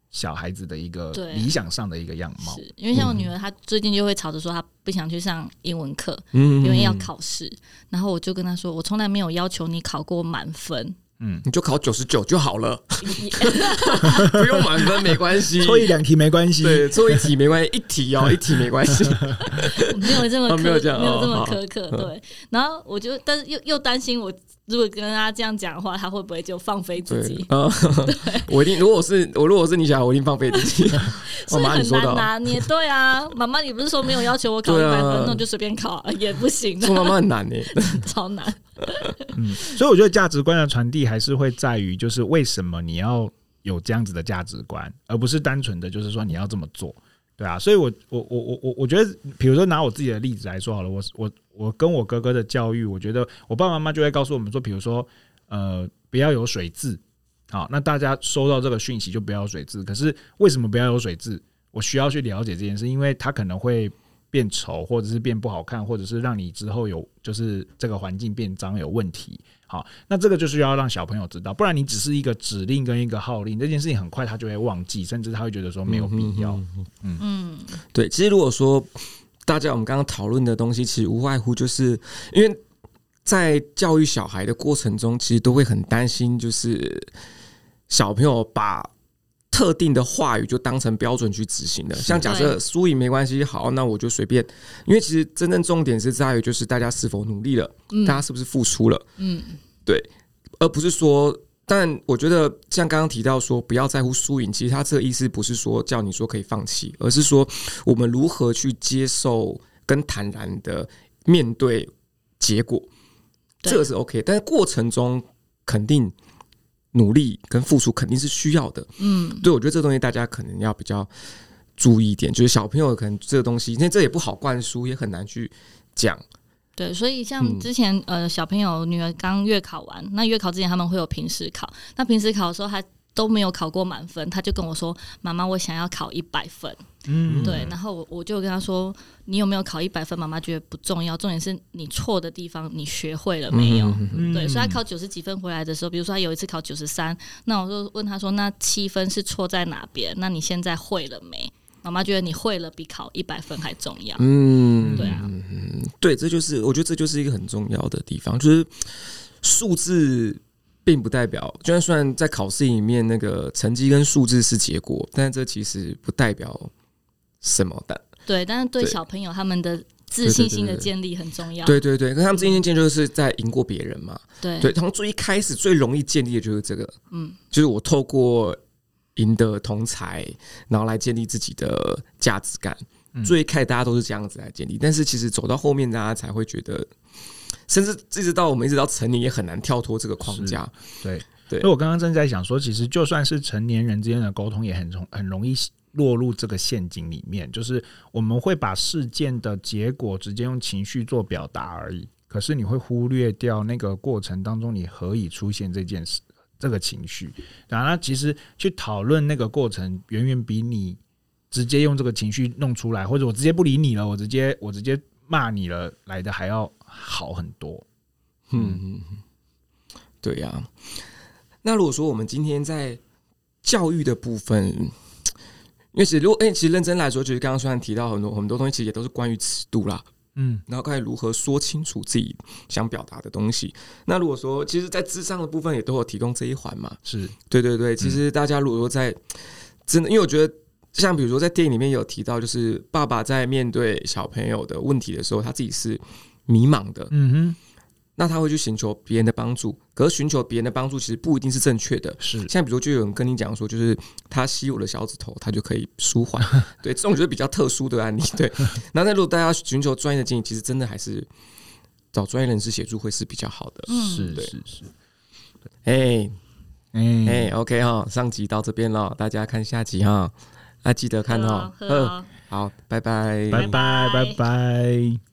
Speaker 2: 小孩子的一个
Speaker 1: 对
Speaker 2: 理想上的一个样貌。
Speaker 1: 是因为像我
Speaker 3: 嗯
Speaker 1: 女儿，她最近就会吵着说她不想去上英文课，
Speaker 3: 嗯
Speaker 1: 因为要考试。然后我就跟她说，我从来没有要求你考过满分，
Speaker 2: 嗯，
Speaker 3: 你就考九十九就好了， 不用满分没关 系。
Speaker 2: 错一两题没关系。
Speaker 3: 对，做一题没关系，一题 哦，一题没关系。
Speaker 1: 没有这么
Speaker 3: 啊
Speaker 1: 苛，
Speaker 3: 没有这样
Speaker 1: 这么
Speaker 3: 哦好
Speaker 1: 苛刻，对。然后我就，但是又又担心我。如果跟他这样讲的话，他会不会就放飞自己
Speaker 3: 对？啊， 我一定，如果是我，如果是你小孩，我一定放飞自 己。我
Speaker 1: 所以
Speaker 3: 妈，你
Speaker 1: 很
Speaker 3: 说的
Speaker 1: 难
Speaker 3: 哦，
Speaker 1: 拿捏。对啊，妈妈，你不是说没有要求我考一
Speaker 3: 对啊
Speaker 1: 百分，那我就随便考啊也不行的
Speaker 3: 做，妈妈很难呢。欸
Speaker 1: 超难。
Speaker 2: 所以我觉得价值观的传递还是会在于，就是为什么你要有这样子的价值观，而不是单纯的就是说你要这么做，对啊。所以我我我我我我觉得，比如说拿我自己的例子来说好了，我我我跟我哥哥的教育，我觉得我爸爸妈妈就会告诉我们说，比如说呃，不要有水渍。好，那大家收到这个讯息就不要有水渍。可是为什么不要有水渍？我需要去了解这件事，因为它可能会变丑，或者是变不好看，或者是让你之后有就是这个环境变脏有问题。好，那这个就是要让小朋友知道，不然你只是一个指令跟一个号令，这件事情很快他就会忘记，甚至他会觉得说没有必要。
Speaker 1: 嗯，
Speaker 3: 对，其实如果说大家我们刚刚讨论的东西，其实无外乎就是因为在教育小孩的过程中，其实都会很担心，就是小朋友把特定的话语就当成标准去执行的。像假设
Speaker 1: 对
Speaker 3: 输赢没关系，好，那我就随便。因为其实真正重点是在于，就是大家是否努力了，
Speaker 1: 嗯
Speaker 3: 大家是不是付出了，
Speaker 1: 嗯，
Speaker 3: 而不是说。但我觉得，像刚刚提到说不要在乎输赢，其实他这个意思不是说叫你说可以放弃，而是说我们如何去接受跟坦然的面对结果，
Speaker 1: 对
Speaker 3: 这个是 OK。但是过程中肯定努力跟付出肯定是需要的。
Speaker 1: 嗯，
Speaker 3: 对我觉得这东西大家可能要比较注意一点，就是小朋友可能这个东西，因为这也不好灌输，也很难去讲。
Speaker 1: 对，所以像
Speaker 3: 嗯
Speaker 1: 之前呃，小朋友女儿刚月考完，那月考之前他们会有平时考，那平时考的时候她都没有考过满分，她就跟我说：“妈妈，我想要考一百分。”
Speaker 2: 嗯
Speaker 1: 对，然后我我就跟他说：“你有没有考一百分？妈妈觉得不重要，重点是你错的地方你学会了没有？”
Speaker 2: 嗯
Speaker 1: 对，所以他考九十几分回来的时候，比如说他有一次考九十三，那我就问他说：“那七分是错在哪边？那你现在会了没？”妈妈觉得你会了比考一百分还重要。
Speaker 3: 嗯
Speaker 1: 对啊，
Speaker 3: 对，这就是我觉得这就是一个很重要的地方，就是数字并不代表，就算虽然在考试里面那个成绩跟数字是结果，但这其实不代表什么的。
Speaker 1: 对，但是对
Speaker 3: 对
Speaker 1: 小朋友他们的自
Speaker 3: 对
Speaker 1: 信
Speaker 3: 对
Speaker 1: 心的
Speaker 3: 对
Speaker 1: 建立很重要。
Speaker 3: 对对对，跟他们之间建立就是在赢过别人嘛。
Speaker 1: 对
Speaker 3: 对，从最一开始最容易建立的就是这个，
Speaker 1: 嗯，
Speaker 3: 就是我透过赢得同才，然后来建立自己的价值感。
Speaker 2: 嗯
Speaker 3: 最开始大家都是这样子来建立，但是其实走到后面，大家才会觉得，甚至一直到我们一直到成年，也很难跳脱这个框架。
Speaker 2: 对
Speaker 3: 对
Speaker 2: 所以我刚刚正在想说，其实就算是成年人之间的沟通，也很容很容易落入这个陷阱里面，就是我们会把事件的结果直接用情绪做表达而已，可是你会忽略掉那个过程当中你何以出现这件事。这个情绪，然后其实去讨论那个过程，远远比你直接用这个情绪弄出来，或者我直接不理你了，我直接我直接骂你了，来的还要好很多。
Speaker 3: 嗯，嗯嗯对呀、那如果说我们今天在教育的部分，因为其实如果哎、其实认真来说，就是刚刚虽然提到很多很多东西，其实也都是关于尺度啦。
Speaker 2: 嗯
Speaker 3: 然后该如何说清楚自己想表达的东西。那如果说，其实，在智商的部分也都有提供这一环嘛。
Speaker 2: 是，
Speaker 3: 对对对，其实大家如果说在真的，因为我觉得，像比如说在电影里面有提到，就是爸爸在面对小朋友的问题的时候，他自己是迷茫的，
Speaker 2: 嗯
Speaker 3: 那他会去寻求别人的帮助。可是寻求别人的帮助，其实不一定是正确的
Speaker 2: 哼，。是，
Speaker 3: 像比如说，就有人跟你讲说，就是他吸我的小指头，他就可以舒缓。对，这种就是比较特殊的案例。对，那那如果大家寻求专业的建议，其实真的还是找专业人士协助会是比较好的。
Speaker 1: 嗯
Speaker 2: 是
Speaker 3: 对
Speaker 2: 是是，
Speaker 3: 哎
Speaker 2: 哎
Speaker 3: 哎，OK 哈，上集到这边了，大家看下集哈，啊记得看
Speaker 1: 喝
Speaker 3: 哦
Speaker 1: 啊。喝
Speaker 3: 嗯，
Speaker 1: 啊
Speaker 3: 好，拜拜，
Speaker 2: 拜拜
Speaker 1: 拜
Speaker 2: 拜拜。